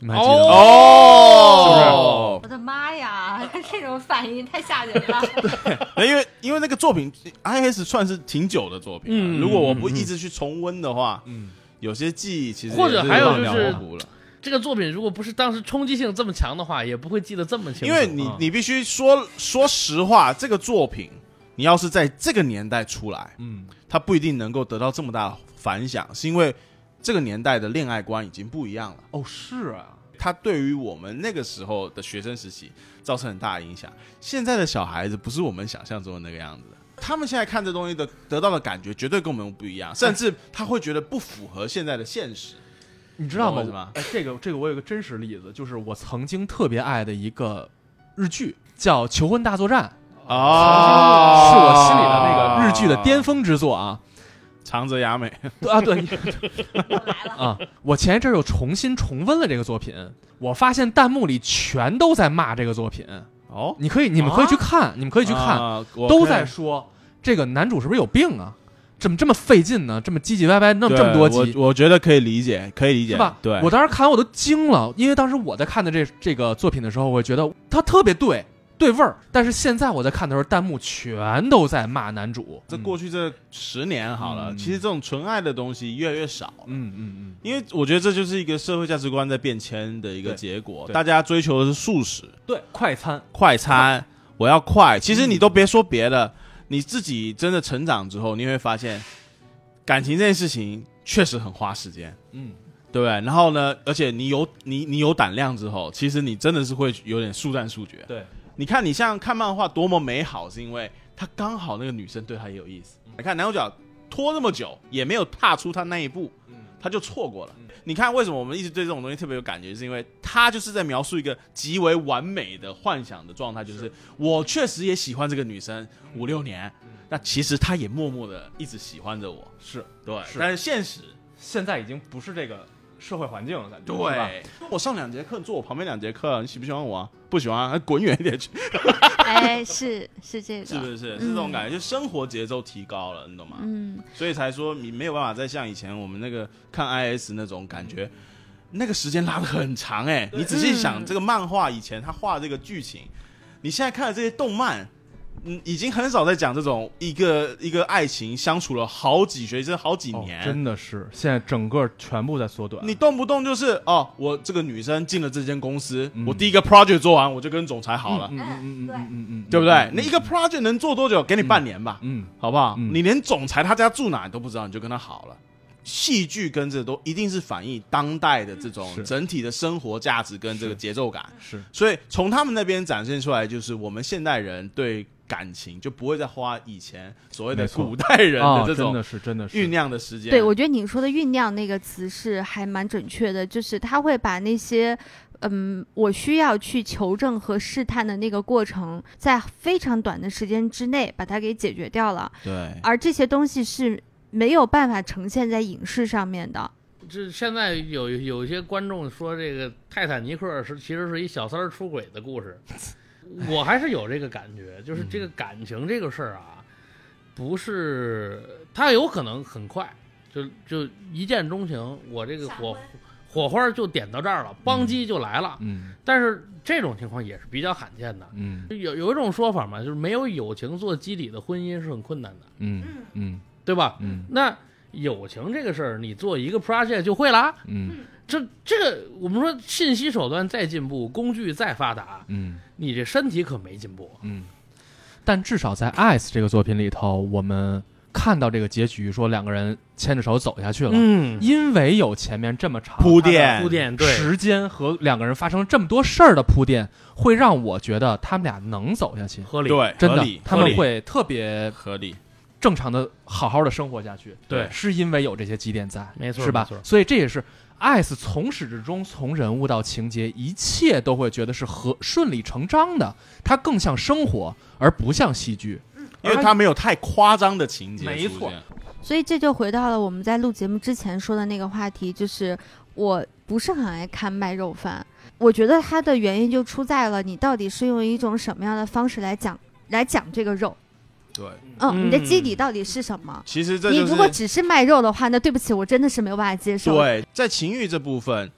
Speaker 2: 你们还记得吗？
Speaker 4: 哦，
Speaker 5: 我的妈 呀，这种反应太吓人 了。
Speaker 4: 那因为因为那个作品，I S 算是挺久的作品了，
Speaker 3: 嗯
Speaker 4: 如果我不一直去重温的话，
Speaker 2: 嗯，
Speaker 4: 有些记忆其实
Speaker 3: 或者
Speaker 4: 也是
Speaker 3: 还有
Speaker 4: 忘掉
Speaker 3: 就是
Speaker 4: 模糊了，
Speaker 3: 这个作品如果不是当时冲击性这么强的话，也不会记得这么清楚。
Speaker 4: 因为你
Speaker 3: 啊
Speaker 4: 你必须说说实话，这个作品你要是在这个年代出来，
Speaker 2: 嗯，
Speaker 4: 它不一定能够得到这么大的反响，是因为这个年代的恋爱观已经不一样了。
Speaker 2: 哦，是啊，
Speaker 4: 它对于我们那个时候的学生时期造成很大的影响。现在的小孩子不是我们想象中的那个样子的，他们现在看这东西的得到的感觉绝对跟我们不一样，甚至他会觉得不符合现在的现实。
Speaker 2: 你知道吗？
Speaker 4: 懂我意思吗
Speaker 2: 哎，这个这个我有个真实例子，就是我曾经特别爱的一个日剧叫《求婚大作战》，
Speaker 4: 啊
Speaker 2: 哦是我心里的那个日剧的巅峰之作啊。
Speaker 4: 长 泽雅美，
Speaker 2: 对啊，对，你
Speaker 5: 我来了，
Speaker 2: 啊、我前一阵儿又重新重温了这个作品，我发现弹幕里全都在骂这个作品。
Speaker 4: 哦，
Speaker 2: 你可以，你们可以去看，你们可
Speaker 4: 可
Speaker 2: 以去看，啊都在说这个男主是不是有病啊？怎么这么费劲呢？这么唧唧歪歪，弄这么多集，
Speaker 4: 我我觉得可以理解，可以理解，
Speaker 2: 是吧？
Speaker 4: 对，
Speaker 2: 我当时看完我都惊了，因为当时我在看的这这个作品的时候，我觉得它特别对对味儿。但是现在我在看的时候，弹幕全都在骂男主。
Speaker 4: 这过去这十年好了，
Speaker 2: 嗯
Speaker 4: 其实这种纯爱的东西越来越少了。
Speaker 2: 嗯，嗯嗯嗯，
Speaker 4: 因为我觉得这就是一个社会价值观在变迁的一个
Speaker 2: 对
Speaker 4: 结果，
Speaker 2: 对
Speaker 4: 大家追求的是速食，
Speaker 2: 对，快餐，
Speaker 4: 快餐，我要快。其实你都别说别的，你自己真的成长之后，你会发现，感情这件事情确实很花时间，
Speaker 2: 嗯，
Speaker 4: 对不对？然后呢，而且你有你你有胆量之后，其实你真的是会有点速战速决。
Speaker 2: 对，
Speaker 4: 你看你像看漫画多么美好，是因为他刚好那个女生对他也有意思。
Speaker 2: 嗯
Speaker 4: 你看男主角拖那么久也没有踏出他那一步，他就错过了
Speaker 2: 嗯。
Speaker 4: 你看为什么我们一直对这种东西特别有感觉，是因为他就是在描述一个极为完美的幻想的状态，就是嗯我确实也喜欢这个女生五六年，那其实她也默默的一直喜欢着我，
Speaker 2: 是
Speaker 4: 对，
Speaker 2: 是
Speaker 4: 但是现实
Speaker 2: 现在已经不是这个社会环境了，感觉是吧
Speaker 4: 对，我上两节课，你坐我旁边两节课，你喜不喜欢我啊？不喜欢啊，滚远一点去，嗯
Speaker 6: 哎，是是这
Speaker 4: 是不
Speaker 6: 个，
Speaker 4: 是？是这种感觉，就生活节奏提高了，你懂吗？
Speaker 6: 嗯，
Speaker 4: 所以才说你没有办法再像以前我们那个看 IS 那种感觉，那个时间拉的很长哎、你仔细想，这个漫画以前他画这个剧情，你现在看的这些动漫，嗯，已经很少在讲这种一个一个爱情相处了好几学甚至好几
Speaker 2: 哦
Speaker 4: 年。
Speaker 2: 真的是现在整个全部在缩短。
Speaker 4: 你动不动就是哦，我这个女生进了这间公司，
Speaker 2: 嗯
Speaker 4: 我第一个 project 做完，我就跟总裁好了，
Speaker 2: 嗯嗯嗯嗯嗯嗯，
Speaker 4: 对不对？那
Speaker 2: 那
Speaker 4: 一个 project 能做多久？给你半年吧。
Speaker 2: 嗯
Speaker 4: 好不好？
Speaker 2: 嗯
Speaker 4: 你连总裁他家住哪你都不知道，你就跟他好了。戏剧跟这都一定是反映当代的这
Speaker 2: 是
Speaker 4: 种整体的生活价值跟这个节奏感，
Speaker 2: 是
Speaker 4: 所以从他们那边展现出来，就是我们现代人对感情就不会再花以前所谓的
Speaker 2: 没错
Speaker 4: 古代人
Speaker 2: 啊，
Speaker 4: 的这
Speaker 2: 真
Speaker 4: 种
Speaker 2: 的是真的是
Speaker 4: 酝酿的时间。
Speaker 1: 对，我觉得你说的“酝酿”那个词是还蛮准确的，就是他会把那些，嗯，我需要去求证和试探的那个过程，在非常短的时间之内把它给解决掉了，
Speaker 4: 对
Speaker 1: 而这些东西是没有办法呈现在影视上面的。
Speaker 3: 这现在有有一些观众说，这个《泰坦尼克》是其实是一小三儿出轨的故 事，我还是有这个感觉，就是
Speaker 4: 嗯
Speaker 3: 这个感情这个事儿啊，不是它有可能很快就就一见钟情，我这个火火花就点到这儿了，邦机就来了。
Speaker 2: 嗯
Speaker 3: 但是这种情况也是比较罕见的。
Speaker 2: 嗯
Speaker 3: 有有一种说法嘛，就是没有友情做基底的婚姻是很困难的，
Speaker 2: 嗯嗯
Speaker 3: 对吧？
Speaker 2: 嗯
Speaker 3: 那友情这个事儿，你做一个 project 就会啦。
Speaker 2: 嗯
Speaker 3: 这这个，我们说信息手段再进步，工具再发达，
Speaker 2: 嗯
Speaker 3: 你这身体可没进步。
Speaker 2: 嗯。但至少在《Ice》这个作品里头，我们看到这个结局，说两个人牵着手走下去了，
Speaker 3: 嗯，
Speaker 2: 因为有前面这么长
Speaker 4: 铺
Speaker 2: 啊
Speaker 4: 垫
Speaker 3: 铺垫对，
Speaker 2: 时间和两个人发生了这么多事儿的铺垫，会让我觉得他们俩能走下去，
Speaker 3: 合理。
Speaker 4: 对，
Speaker 2: 真
Speaker 4: 合
Speaker 2: 的
Speaker 4: 理，
Speaker 2: 他
Speaker 4: 合
Speaker 2: 们
Speaker 4: 理
Speaker 2: 会特别
Speaker 4: 合理。
Speaker 2: 正常的、好好的生活下去。
Speaker 3: 对
Speaker 2: 是因为有这些积淀在，
Speaker 3: 没错
Speaker 2: 是吧
Speaker 3: 没错？
Speaker 2: 所以这也是 S 从始至终，从人物到情节，一切都会觉得是和顺理成章的。它更像生活，而不像戏剧。
Speaker 4: 因为他没有太夸张的情节出
Speaker 2: 没
Speaker 4: 现，
Speaker 2: 错
Speaker 1: 所以这就回到了我们在录节目之前说的那个话题，就是我不是很爱看卖肉饭。我觉得它的原因就出在了你到底是用一种什么样的方式来讲来讲这个肉，
Speaker 4: 对，
Speaker 1: 嗯，你的基
Speaker 3: 嗯
Speaker 1: 底到底是什么？
Speaker 4: 其实这
Speaker 1: 你
Speaker 4: 就是
Speaker 1: 如果只是卖肉的话，那对不起，我真的是没有办法接受。，
Speaker 4: 对，在情欲这部分，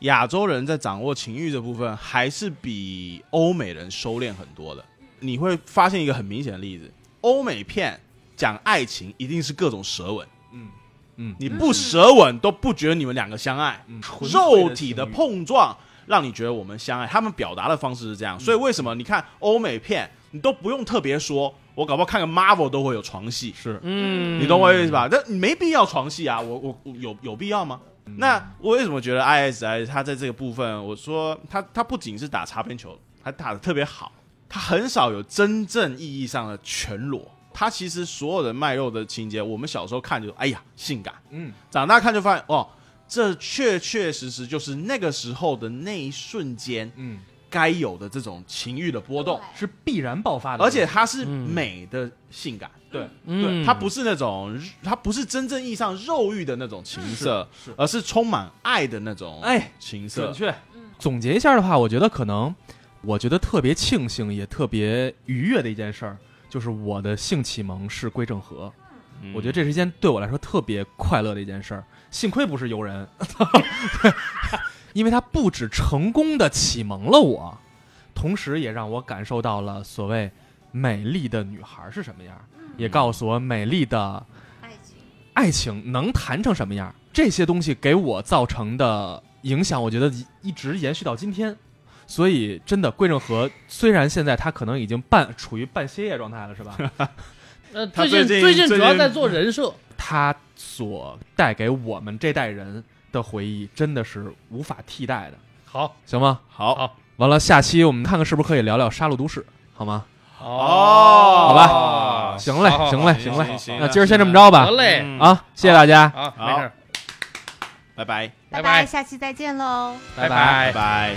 Speaker 4: 亚洲人在掌握情欲这部分还是比欧美人收敛很多的。你会发现一个很明显的例子：欧美片讲爱情一定是各种舌吻，
Speaker 2: 嗯嗯
Speaker 4: 你不舌吻都不觉得你们两个相爱，
Speaker 2: 嗯，
Speaker 4: 肉体的碰撞让你觉得我们相爱。他们表达的方式是
Speaker 2: 嗯
Speaker 4: 这样，所以为什么你看欧美片，你都不用特别说，我搞不好看个 Marvel 都会有床戏，
Speaker 2: 是
Speaker 3: 嗯，
Speaker 4: 你懂我意思？吧？但没必要床戏啊，我我我有有必要吗？
Speaker 3: 嗯
Speaker 4: 那我为什么觉得 ISI 他在这个部分，我说他他不仅是打擦边球，还打的特别好，他很少有真正意义上的全裸。他其实所有的卖肉的情节，我们小时候看就哎呀性感，
Speaker 2: 嗯
Speaker 4: 长大看就发现哦，这确确实实就是那个时候的那一瞬间
Speaker 2: 嗯，
Speaker 4: 该有的这种情欲的波动，
Speaker 2: 是必然爆发的，
Speaker 4: 而且它是
Speaker 3: 嗯
Speaker 4: 美的性感，对。
Speaker 3: 嗯，
Speaker 4: 对，它不是那种，它不是真正意义上肉欲的那种情色，
Speaker 2: 是
Speaker 4: 而是充满爱的那种
Speaker 2: 哎
Speaker 4: 情
Speaker 2: 准
Speaker 4: 色。
Speaker 2: 确。总结一下的话，我觉得可能，我觉得特别庆幸也特别愉悦的一件事儿，就是我的性启蒙是归正和。我觉得
Speaker 4: 这
Speaker 2: 这是一件对我来说特别快乐的一件事儿。幸亏不是游人， 对，因为他不止成功的启蒙了我，同时也让我感受到了所谓美丽的女孩是什么样儿，也告诉我美丽的爱情能谈成什么样儿。这些东西给我造成的影响，我觉得一一直延续到今天。所以，真的，桂正和虽然现在他可能已经半处于半歇业状态了，是吧？
Speaker 3: 呃，
Speaker 4: 他
Speaker 3: 最近
Speaker 4: 最近
Speaker 3: 近主
Speaker 4: 最
Speaker 3: 要
Speaker 4: 近
Speaker 3: 在做人设，
Speaker 2: 他所带给我们这代人的回忆，真的是无法替代的，
Speaker 3: 好，
Speaker 2: 行吗？
Speaker 4: 好
Speaker 3: 好
Speaker 2: 完了，下期我们看看是不是可以聊聊《杀戮都市》，好吗？
Speaker 4: 哦
Speaker 2: 好
Speaker 4: 吧
Speaker 2: 行嘞
Speaker 3: 好好好
Speaker 2: 行嘞
Speaker 3: 行
Speaker 2: 行嘞
Speaker 3: 行行
Speaker 2: 那今儿先这么着吧
Speaker 3: 得，嘞，
Speaker 4: 嗯
Speaker 2: 啊，谢谢大家，
Speaker 3: 好，没事儿，
Speaker 4: 拜拜，
Speaker 1: 拜
Speaker 3: 拜拜
Speaker 1: 下期再见喽。
Speaker 4: 拜
Speaker 3: 拜
Speaker 4: 拜。